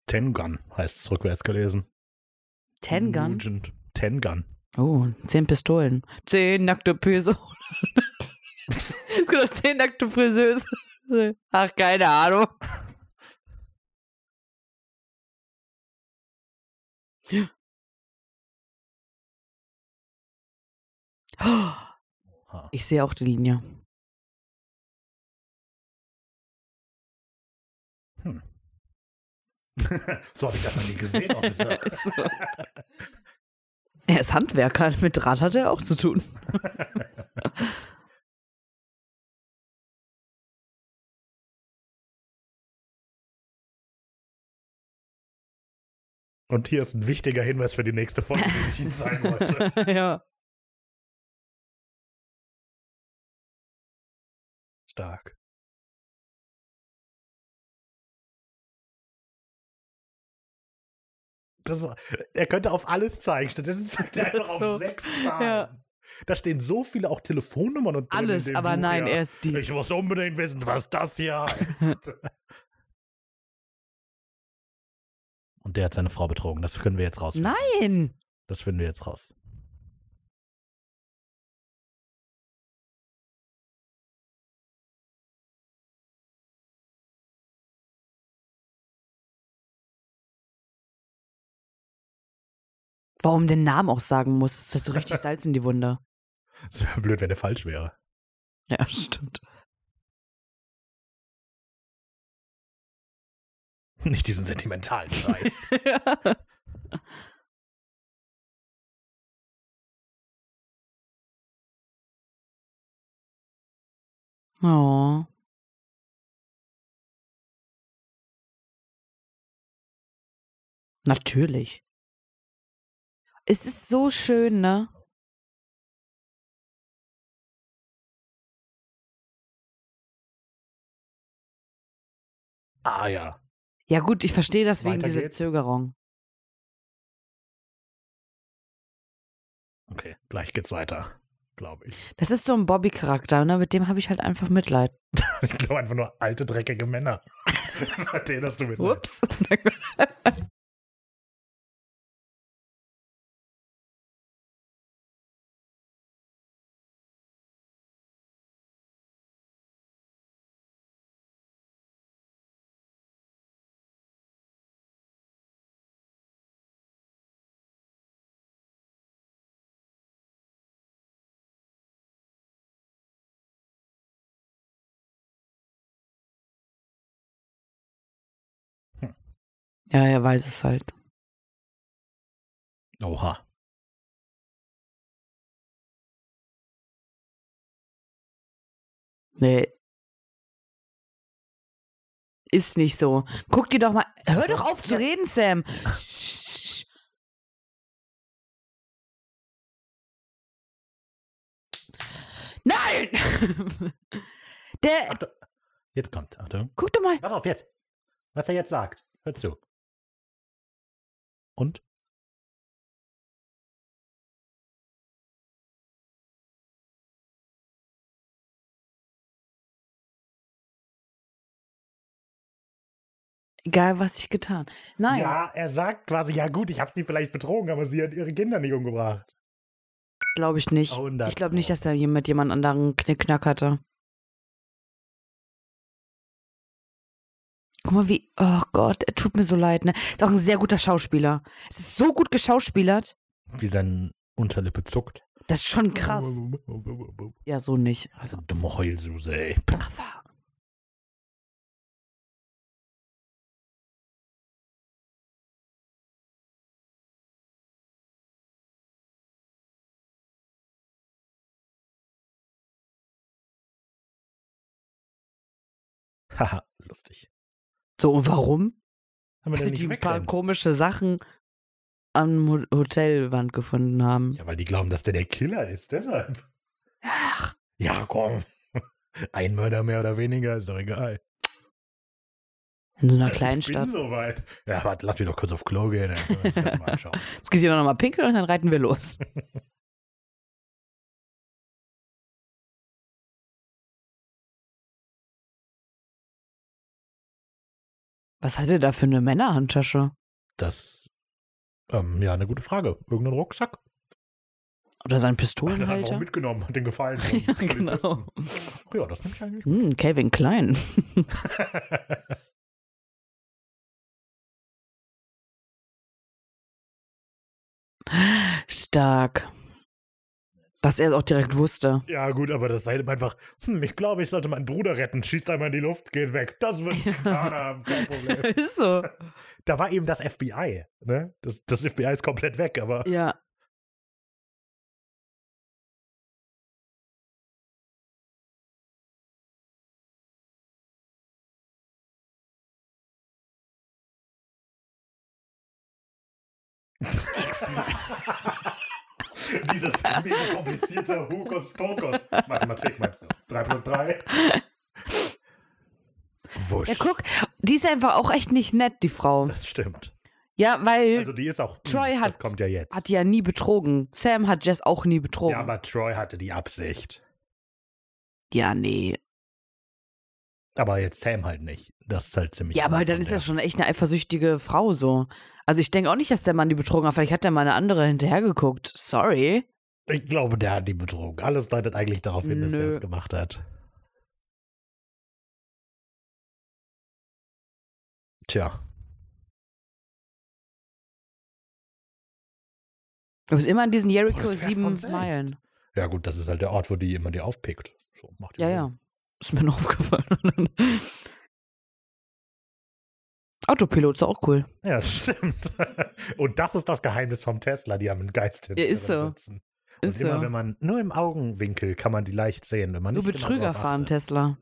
A: Tengun heißt es rückwärts gelesen.
B: Tengun?
A: Nugent. Tengun.
B: Oh, zehn Pistolen. Zehn nackte Pistolen. genau, zehn nackte Friseuse. Ach, keine Ahnung.
A: Ha.
B: Ich sehe auch die Linie.
A: So habe ich das noch nie gesehen, Officer.
B: So. Er ist Handwerker, mit Draht hat er auch zu tun.
A: Und hier ist ein wichtiger Hinweis für die nächste Folge, den ich Ihnen zeigen wollte.
B: ja.
A: Stark. Das, äh, er könnte auf alles zeigen, stattdessen zeigt er einfach
B: So.
A: auf sechs Zahlen.
B: Ja.
A: Da stehen so viele auch Telefonnummern und drin in
B: Alles,
A: dem
B: aber
A: Buch,
B: nein,
A: ja.
B: er ist die.
A: Ich muss unbedingt wissen, was das hier heißt. und der hat seine Frau betrogen, das können wir jetzt rausfinden.
B: Nein!
A: Das finden wir jetzt raus.
B: Warum den Namen auch sagen muss, ist halt so richtig Salz in die Wunde.
A: Es wäre blöd, wenn der falsch wäre.
B: Ja, stimmt.
A: Nicht diesen sentimentalen Scheiß.
B: oh. Natürlich. Es ist so schön, ne?
A: ah ja.
B: Ja gut, ich verstehe das wegen
A: Weiter
B: dieser
A: geht's.
B: Zögerung.
A: Okay, gleich geht's weiter, glaube ich.
B: Das ist so ein Bobby-Charakter, ne? Mit dem habe ich halt einfach Mitleid.
A: Ich glaube einfach nur alte, dreckige Männer. Bei denen hast du mit.
B: Ups. ja, er weiß es halt.
A: Oha.
B: Nee. Ist nicht so. Guck dir doch mal. Hör doch auf zu reden, Sam. Nein! Der,
A: Jetzt kommt, Achtung.
B: guck doch mal.
A: Pass auf, jetzt. Was er jetzt sagt. Hör zu. Und?
B: Egal, was ich getan. Nein.
A: Ja, er sagt quasi, ja gut, ich habe sie vielleicht betrogen, aber sie hat ihre Kinder nicht umgebracht. Oh,
B: Glaube ich nicht.
A: 100
B: Ich glaube nicht, dass er hier mit jemand anderen Knickknack hatte. Guck mal, wie. Oh Gott, er tut mir so leid, ne? Ist auch ein sehr guter Schauspieler. Es ist so gut geschauspielert.
A: Wie seine Unterlippe zuckt.
B: Das ist schon krass. Ja, so nicht.
A: Also dumme Heulsuse, ey.
B: Brava.
A: Haha, lustig.
B: So, und warum?
A: Haben wir
B: Weil
A: denn
B: die
A: nicht
B: ein paar
A: wegrennen?
B: komische Sachen am Ho- Hotelwand gefunden haben.
A: Ja, weil die glauben, dass der der Killer ist, deshalb. Ach. Ja, komm. Ein Mörder mehr oder weniger, ist doch egal.
B: In so einer
A: Ich
B: Kleinstadt.
A: bin soweit. Ja, warte, lass mich doch kurz auf Klo gehen. Dann können wir uns das mal anschauen.
B: Jetzt geht jeder nochmal pinkeln und dann reiten wir los. Was hat er da für eine Männerhandtasche?
A: Das, ähm, ja, eine gute Frage. Irgendein Rucksack?
B: Oder sein
A: Hat er einfach
B: Pistolenhalter?
A: mitgenommen, hat den gefallen.
B: Ja, genau.
A: Ach ja, das nehme ich eigentlich.
B: Hm, Calvin Klein. Stark. Dass er es auch direkt wusste.
A: ja, gut, aber das sei ihm einfach, hm, ich glaube, ich sollte meinen Bruder retten. Schießt einmal in die Luft, geht weg. Das würde ich getan haben, kein Problem.
B: Ist so.
A: Da war eben das FBI, ne? Das, das FBI ist komplett weg, aber
B: Ja.
A: dieses mega komplizierte Hokus Pokus. Mathematik meinst du? 3 plus 3? Wusch.
B: Ja, guck, die ist einfach auch echt nicht nett, die Frau.
A: Das stimmt.
B: Ja, weil
A: Also die ist auch.
B: Troy
A: das
B: hat-
A: kommt ja jetzt.
B: hat die ja nie betrogen. Sam hat Jess auch nie betrogen.
A: ja, aber Troy hatte die Absicht.
B: Ja, nee.
A: Aber jetzt Sam halt nicht. Das ist halt ziemlich.
B: Ja, aber
A: anders
B: dann
A: von
B: ist
A: der.
B: das schon echt eine eifersüchtige Frau so. Also ich denke auch nicht, dass der Mann die betrogen hat. Vielleicht hat der mal eine andere hinterhergeguckt. Sorry.
A: Ich glaube, der hat die betrogen. Alles deutet eigentlich darauf hin, dass der
B: Nö.
A: es gemacht hat. Tja.
B: Du bist immer in diesen
A: Boah,
B: Jericho
A: das wär von
B: sieben
A: selbst.
B: Meilen.
A: Ja, gut, das ist halt der Ort, wo die immer die aufpickt. So, macht die
B: Ja,
A: Sinn.
B: ja. Ist mir noch aufgefallen. Autopilot ist auch cool.
A: Ja, das stimmt. Und das ist das Geheimnis vom Tesla, die haben einen Geist hinten
B: Ja, ist
A: drin
B: so.
A: sitzen. Und
B: Ist
A: immer
B: so.
A: wenn man nur im Augenwinkel kann man die leicht sehen, wenn man
B: Nur
A: nicht genau
B: Betrüger
A: drauf
B: fahren
A: achtet.
B: Tesla.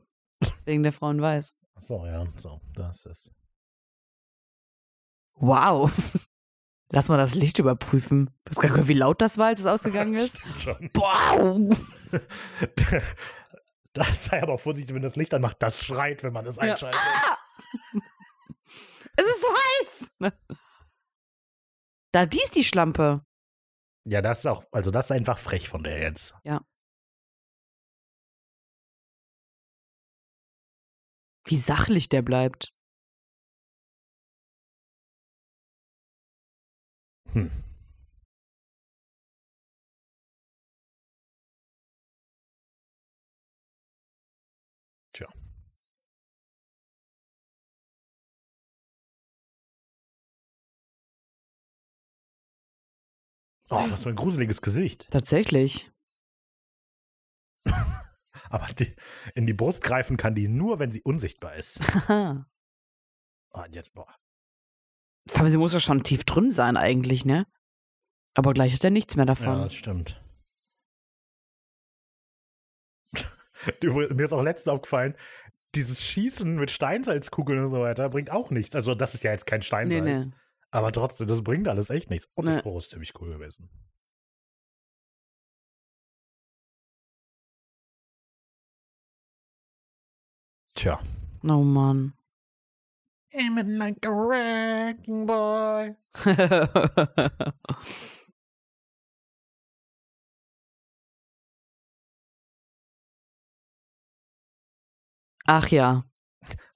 B: Wegen der Frauen weiß.
A: Ach So, ja, so, das ist.
B: Wow. Lass mal das Licht überprüfen. Ich weiß gar nicht, wie laut das war, als es ausgegangen
A: Das
B: ist.
A: stimmt Schon.
B: Wow.
A: Da sei aber auch vorsichtig, wenn das Licht anmacht, das schreit, wenn man es
B: Ja.
A: einschaltet.
B: Es ist so heiß. Ne? Da, die ist die Schlampe.
A: Ja, das ist auch, also das ist einfach frech von der jetzt.
B: Wie sachlich der bleibt.
A: Hm. Tja. Oh, was für ein gruseliges Gesicht.
B: Tatsächlich.
A: Aber die, in die Brust greifen kann die nur, wenn sie unsichtbar ist.
B: Haha.
A: Oh, jetzt, boah.
B: Vor allem, sie muss ja schon tief drin sein eigentlich, ne? Aber gleich hat er nichts mehr davon.
A: Ja, das stimmt. Übrigens, Mir ist auch letztens aufgefallen, dieses Schießen mit Steinsalzkugeln und so weiter bringt auch nichts. Also, das ist ja jetzt kein
B: nee,
A: Steinsalz.
B: nee.
A: Aber trotzdem, das bringt alles echt nichts. Und
B: Nee.
A: das Brot ist ziemlich cool gewesen. Tja.
B: Oh Mann.
A: I'm like a wrecking boy.
B: Ach ja,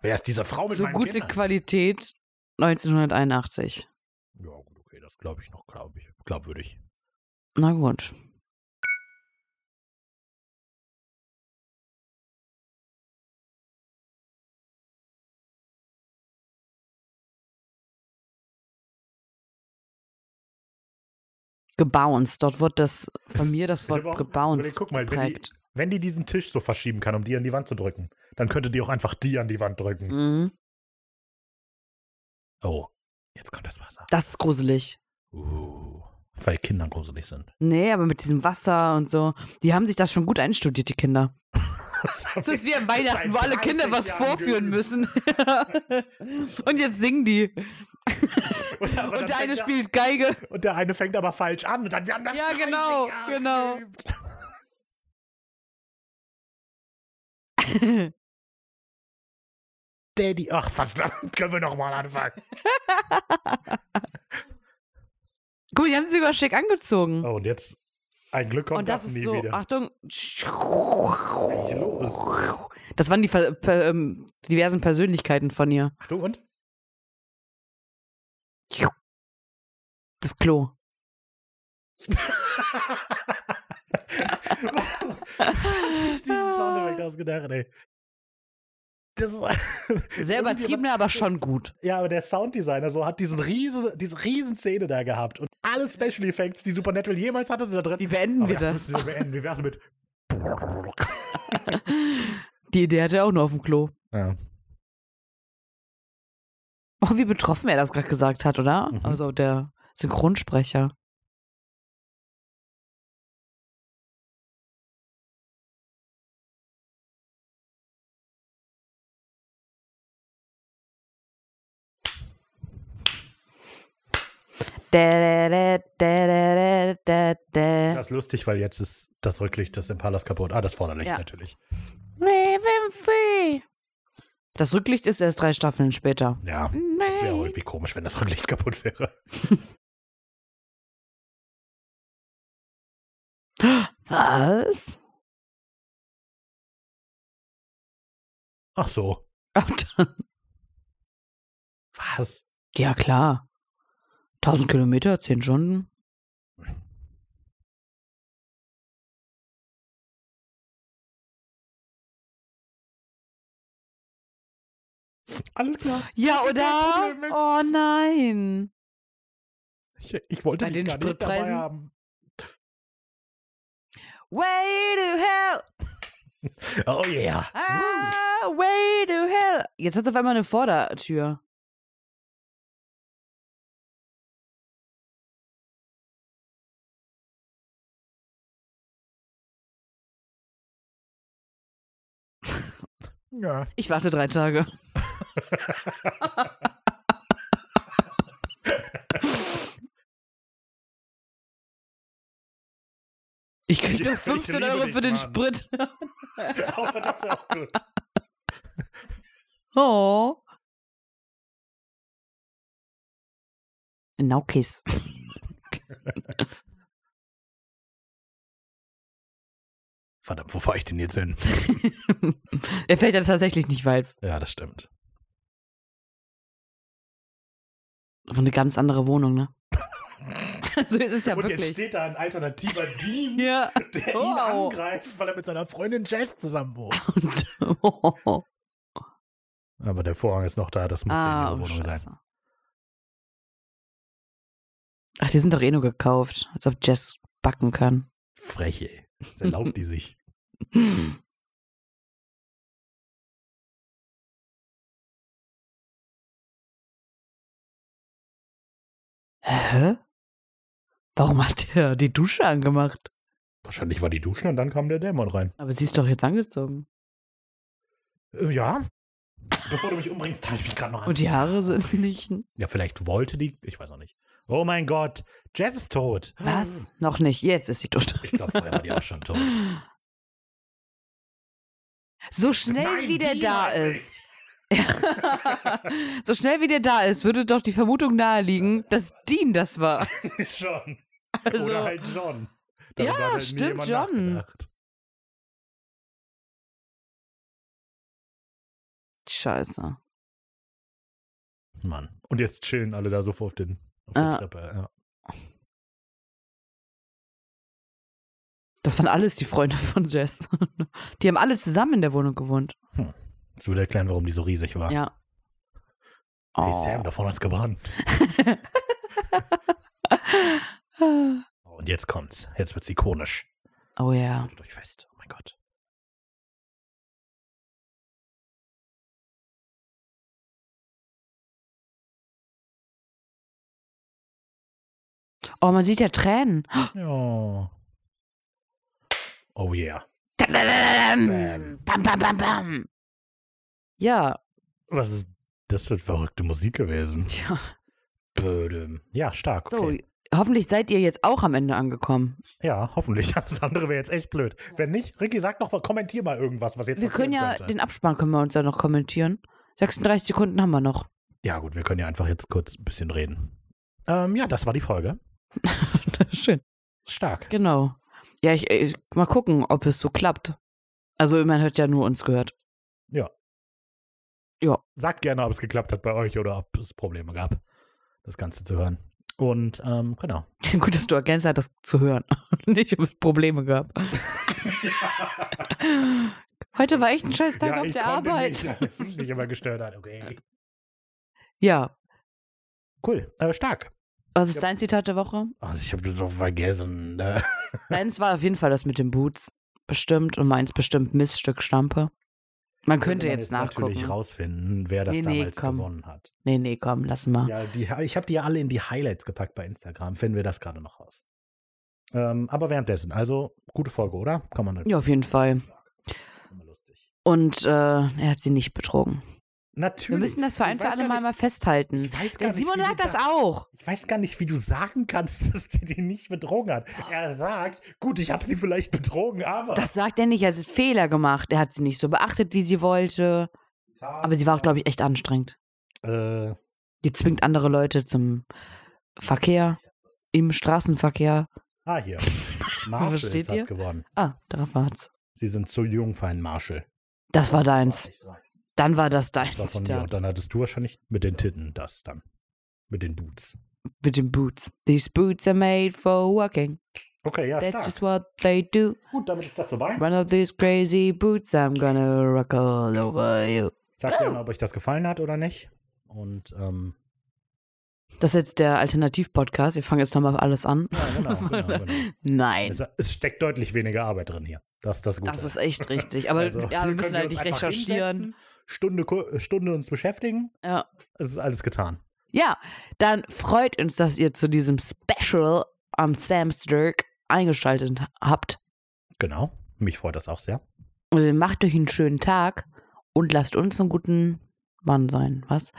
A: Wer ist diese Frau mit
B: so
A: meinen
B: gute
A: Kindern?
B: Qualität 1981.
A: ja, gut, okay, das glaube ich noch, glaube ich. Glaubwürdig.
B: Na gut. Gebounced. Dort wird das, von
A: Es-
B: mir das
A: ich hab
B: Wort
A: auch
B: gebounced
A: überlegt, guck mal, wenn die-
B: geprägt.
A: Wenn die diesen Tisch so verschieben kann, um die an die Wand zu drücken, dann könnte die auch einfach die an die Wand drücken.
B: Mhm.
A: Oh, jetzt kommt das Wasser.
B: Das ist gruselig.
A: Uh, weil Kinder gruselig sind.
B: Nee, aber mit diesem Wasser und so. Die haben sich das schon gut einstudiert, die Kinder. So ist wie an Weihnachten, wo alle Kinder was vorführen müssen. und jetzt singen die.
A: Und, der- aber
B: Und
A: dann
B: der eine
A: fängt
B: spielt Geige.
A: er- und der eine fängt aber falsch an. Und dann, wir haben das
B: Ja,
A: 30
B: genau,
A: Jahre
B: genau.
A: geübt. Daddy, ach verdammt, können wir nochmal anfangen.
B: Guck mal, die haben sich sogar schick angezogen.
A: Oh, und jetzt, ein Glück kommt
B: und das,
A: das,
B: ist
A: nie
B: so,
A: wieder.
B: Achtung.
A: los?
B: Das waren die ver per, ähm, diversen Persönlichkeiten von ihr.
A: Ach, du und?
B: Das Klo.
A: Diesen Soundeffekt ausgedacht, ey. Das ist,
B: Sehr
A: Irgendjemand-
B: übertriebener, aber schon gut.
A: Ja, aber der Sounddesigner so hat diesen riesen, diese riesen Szene da gehabt und alle Special Effects, die Supernatural jemals hatte, sind da drin.
B: Wie beenden
A: Aber
B: wir das?
A: müssen wir beenden. Wie wär's mit?
B: Die Idee hatte er auch nur auf dem Klo.
A: Ja.
B: Oh, wie betroffen er das gerade gesagt hat, oder?
A: Mhm.
B: Also der Synchronsprecher.
A: Das ist lustig, weil jetzt ist das Rücklicht des Impalas kaputt. Ah, das Vorderlicht
B: Ja.
A: natürlich.
E: Ravenfree.
B: Das Rücklicht ist erst drei Staffeln später.
A: Ja. Das wäre auch
E: Nein.
A: irgendwie komisch, wenn das Rücklicht kaputt wäre.
E: Was?
A: Ach so.
B: Und dann,
A: Was?
B: ja, klar. 1000 Kilometer, 10 Stunden.
A: Alles klar.
B: Ja,
A: Kein
B: oder?
A: Problem mit.
B: Oh nein.
A: Ich, ich wollte
B: Bei
A: dich
B: den
A: gar nicht dabei
B: Spritpreisen?
A: haben.
B: Way to hell.
A: Oh yeah.
B: Ah, way to hell. Jetzt hat er auf einmal eine Vordertür.
A: Ja.
B: Ich warte drei Tage. Ich krieg
A: Ja,
B: nur
A: ich
B: 15
A: liebe
B: Euro
A: dich,
B: für den
A: Mann.
B: Sprit.
A: Aber das ist auch gut.
B: Oh. Naukis.
A: Verdammt, wo fahre ich denn jetzt hin?
B: er fällt ja tatsächlich nicht weit.
A: Ja, das stimmt.
B: Auf eine ganz andere Wohnung, ne? so ist es ja
A: Und jetzt
B: wirklich.
A: steht da ein alternativer Dean,
B: Ja.
A: der ihn
B: Wow.
A: angreift, weil er mit seiner Freundin Jess zusammen wohnt.
B: Und,
A: Aber der Vorhang ist noch da, das muss
B: Ah,
A: in
B: oh,
A: ihrer Wohnung sein.
B: Scheiße. Ach, die sind doch eh nur gekauft, als ob Jess backen kann.
A: Frech, ey. Das erlaubt die sich.
B: Hä? Warum hat der die Dusche angemacht?
A: Wahrscheinlich war die duschen und dann kam der Dämon rein.
B: Aber sie ist doch jetzt angezogen.
A: Äh, Ja. Bevor du mich umbringst, habe ich mich gerade noch an.
B: Und die Haare sind nicht.
A: Ja, vielleicht wollte die. Ich weiß auch nicht. Oh mein Gott, Jess ist tot. Hm.
B: Was? Noch nicht. Jetzt ist sie tot.
A: Ich glaube, vorher war die auch schon tot.
B: So schnell
A: Nein,
B: wie der
A: die
B: da
A: weiß ich.
B: ist. so schnell wie der da ist, würde doch die Vermutung naheliegen, dass Dean das war.
A: Schon.
B: Also,
A: Oder halt John.
B: Ja,
A: hat halt nie
B: stimmt,
A: jemand
B: John.
A: nachgedacht.
B: Scheiße.
A: Mann. Und jetzt chillen alle da so vor auf, den, auf der
B: Ah.
A: Treppe. Ja.
B: Das waren alles die Freunde von Jess. Die haben alle zusammen in der Wohnung gewohnt.
A: Das würde erklären, warum die so riesig war.
B: Ja.
A: Hey Sam, da vorne ist gebrannt.
B: Oh.
A: Und jetzt kommt's. Jetzt wird's ikonisch.
B: Oh ja.
A: Haltet euch fest. Oh mein Gott.
B: Oh, man sieht ja Tränen.
A: Ja. Oh yeah.
B: Bam, bam, bam, bam. Ja.
A: Was ist das für eine verrückte Musik gewesen?
B: ja.
A: Bödem. Ja, stark.
B: So,
A: Okay.
B: hoffentlich seid ihr jetzt auch am Ende angekommen.
A: Ja, hoffentlich. Alles andere wäre jetzt echt blöd. Wenn nicht, Ricky, sag noch, kommentier mal irgendwas, was jetzt
B: Wir können
A: passieren
B: ja
A: könnte.
B: den Abspann können wir uns ja noch kommentieren. 36 Sekunden haben wir noch.
A: Ja, gut, wir können ja einfach jetzt kurz ein bisschen reden. Ähm, ja, das war die Folge.
B: Schön.
A: Stark.
B: Genau. Ja, ich, ich mal gucken, ob es so klappt. Also man hat ja nur uns gehört.
A: Sagt gerne, ob es geklappt hat bei euch oder ob es Probleme gab, das Ganze zu hören. Und ähm, genau.
B: Gut, dass du ergänzt hast, das zu hören. Nicht, ob es Probleme gab. Heute war echt ein scheiß Tag auf der Arbeit.
A: Nicht, nicht immer gestört hat. Okay.
B: Ja.
A: Cool. Äh, stark.
B: Was ist dein Zitat der Woche?
A: Also ich habe das auch vergessen. Äh,
B: Deins war auf jeden Fall das mit den Boots. Bestimmt. Und meins bestimmt Miststück Stampe. Man könnte
A: man
B: jetzt nachgucken.
A: natürlich rausfinden, wer das
B: Nee, nee,
A: damals
B: komm. Ah.
A: gewonnen hat.
B: Nee, nee, komm, lass mal.
A: Ja, die, ich habe die ja alle in die Highlights gepackt bei Instagram. Finden wir das gerade noch raus. Ähm, aber währenddessen, also gute Folge, oder? Kann man
B: Ja, auf jeden Fall.
A: immer lustig.
B: Und äh, er hat sie nicht betrogen.
A: Natürlich.
B: Wir müssen das für ein
A: Ich
B: für
A: weiß
B: alle
A: gar
B: Mal
A: nicht-
B: mal festhalten.
A: Ich weiß gar
B: Der
A: nicht,
B: Simon
A: wie du
B: sagt das auch.
A: Ich weiß gar nicht, wie du sagen kannst, dass die die nicht betrogen hat. Er sagt, gut, ich habe sie vielleicht betrogen, aber.
B: Das sagt er nicht. Er hat Fehler gemacht. Er hat sie nicht so beachtet, wie sie wollte. Aber sie war auch, glaube ich, echt anstrengend.
A: Äh,
B: Die zwingt andere Leute zum Verkehr, im Straßenverkehr.
A: ah, hier. Marshall
B: Versteht
A: hat
B: ihr?
A: gewonnen.
B: Ah, darauf war's.
A: Sie sind zu jung für einen Marshall. Ah,
B: Das war deins. Dann war das
A: Das war
B: deins.
A: von mir.
B: Da.
A: Und dann hattest du wahrscheinlich mit den Titten das dann. Mit den Boots.
B: Mit den Boots. These boots are made for walking.
A: Okay, ja,
B: That's
A: stark.
B: just what they do.
A: Gut, damit ist das vorbei.
B: One of these crazy boots, I'm gonna rock all over you.
A: Sagt
B: Oh.
A: gerne, ob euch das gefallen hat oder nicht. Und, ähm,
B: Das ist jetzt der Alternativ-Podcast. Wir fangen jetzt nochmal alles an.
A: ja, genau, genau, genau.
B: Nein.
A: Es, es steckt deutlich weniger Arbeit drin hier. Das ist das Gute.
B: Das ist echt richtig. Aber
A: Also,
B: ja,
A: hier
B: wir
A: können
B: müssen halt
A: uns
B: nicht
A: einfach
B: recherchieren.
A: hinsetzen, Stunde, ku- äh, Stunde uns beschäftigen.
B: Ja.
A: Es ist alles getan.
B: ja, dann freut uns, dass ihr zu diesem Special am Sam's Dirk eingeschaltet habt.
A: Genau. Mich freut das auch sehr.
B: Und macht euch einen schönen Tag und lasst uns einen guten Mann sein. Was?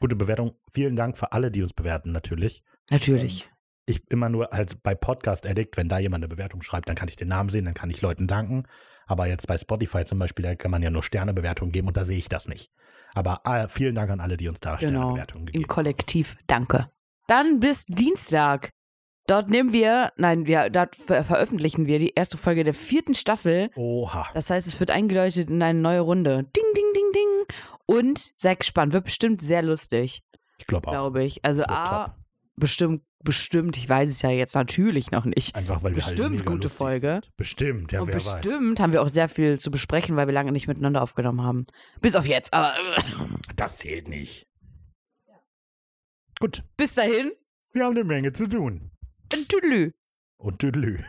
A: Gute Bewertung. Vielen Dank für alle, die uns bewerten, natürlich.
B: Natürlich.
A: Ich immer nur als bei Podcast Addict, wenn da jemand eine Bewertung schreibt, dann kann ich den Namen sehen, dann kann ich Leuten danken. Aber jetzt bei Spotify zum Beispiel, da kann man ja nur Sternebewertungen geben und da sehe ich das nicht. Aber äh, vielen Dank an alle, die uns da
B: genau.
A: Sternebewertungen
B: Im
A: gegeben haben.
B: Kollektiv. Danke. Dann bis Dienstag. Dort nehmen wir, nein, wir, dort ver veröffentlichen wir die erste Folge der vierten Staffel.
A: Oha.
B: Das heißt, es wird eingeläutet in eine neue Runde. Ding, ding, ding, ding. Und seid gespannt. Wird bestimmt sehr lustig,
A: Ich glaube auch.
B: glaube ich. Also
A: Das wird
B: A,
A: top.
B: bestimmt, bestimmt, ich weiß es ja jetzt natürlich noch nicht.
A: Einfach weil wir halt
B: bestimmt
A: mega
B: gute
A: lustig
B: Folge.
A: Sind. Bestimmt, ja,
B: Und
A: wer weiß.
B: bestimmt haben wir auch sehr viel zu besprechen, weil wir lange nicht miteinander aufgenommen haben. Bis auf jetzt, aber
A: Das zählt nicht. Gut,
B: bis dahin.
A: wir haben eine Menge zu tun.
B: Tüdelü.
A: Und tüdelü.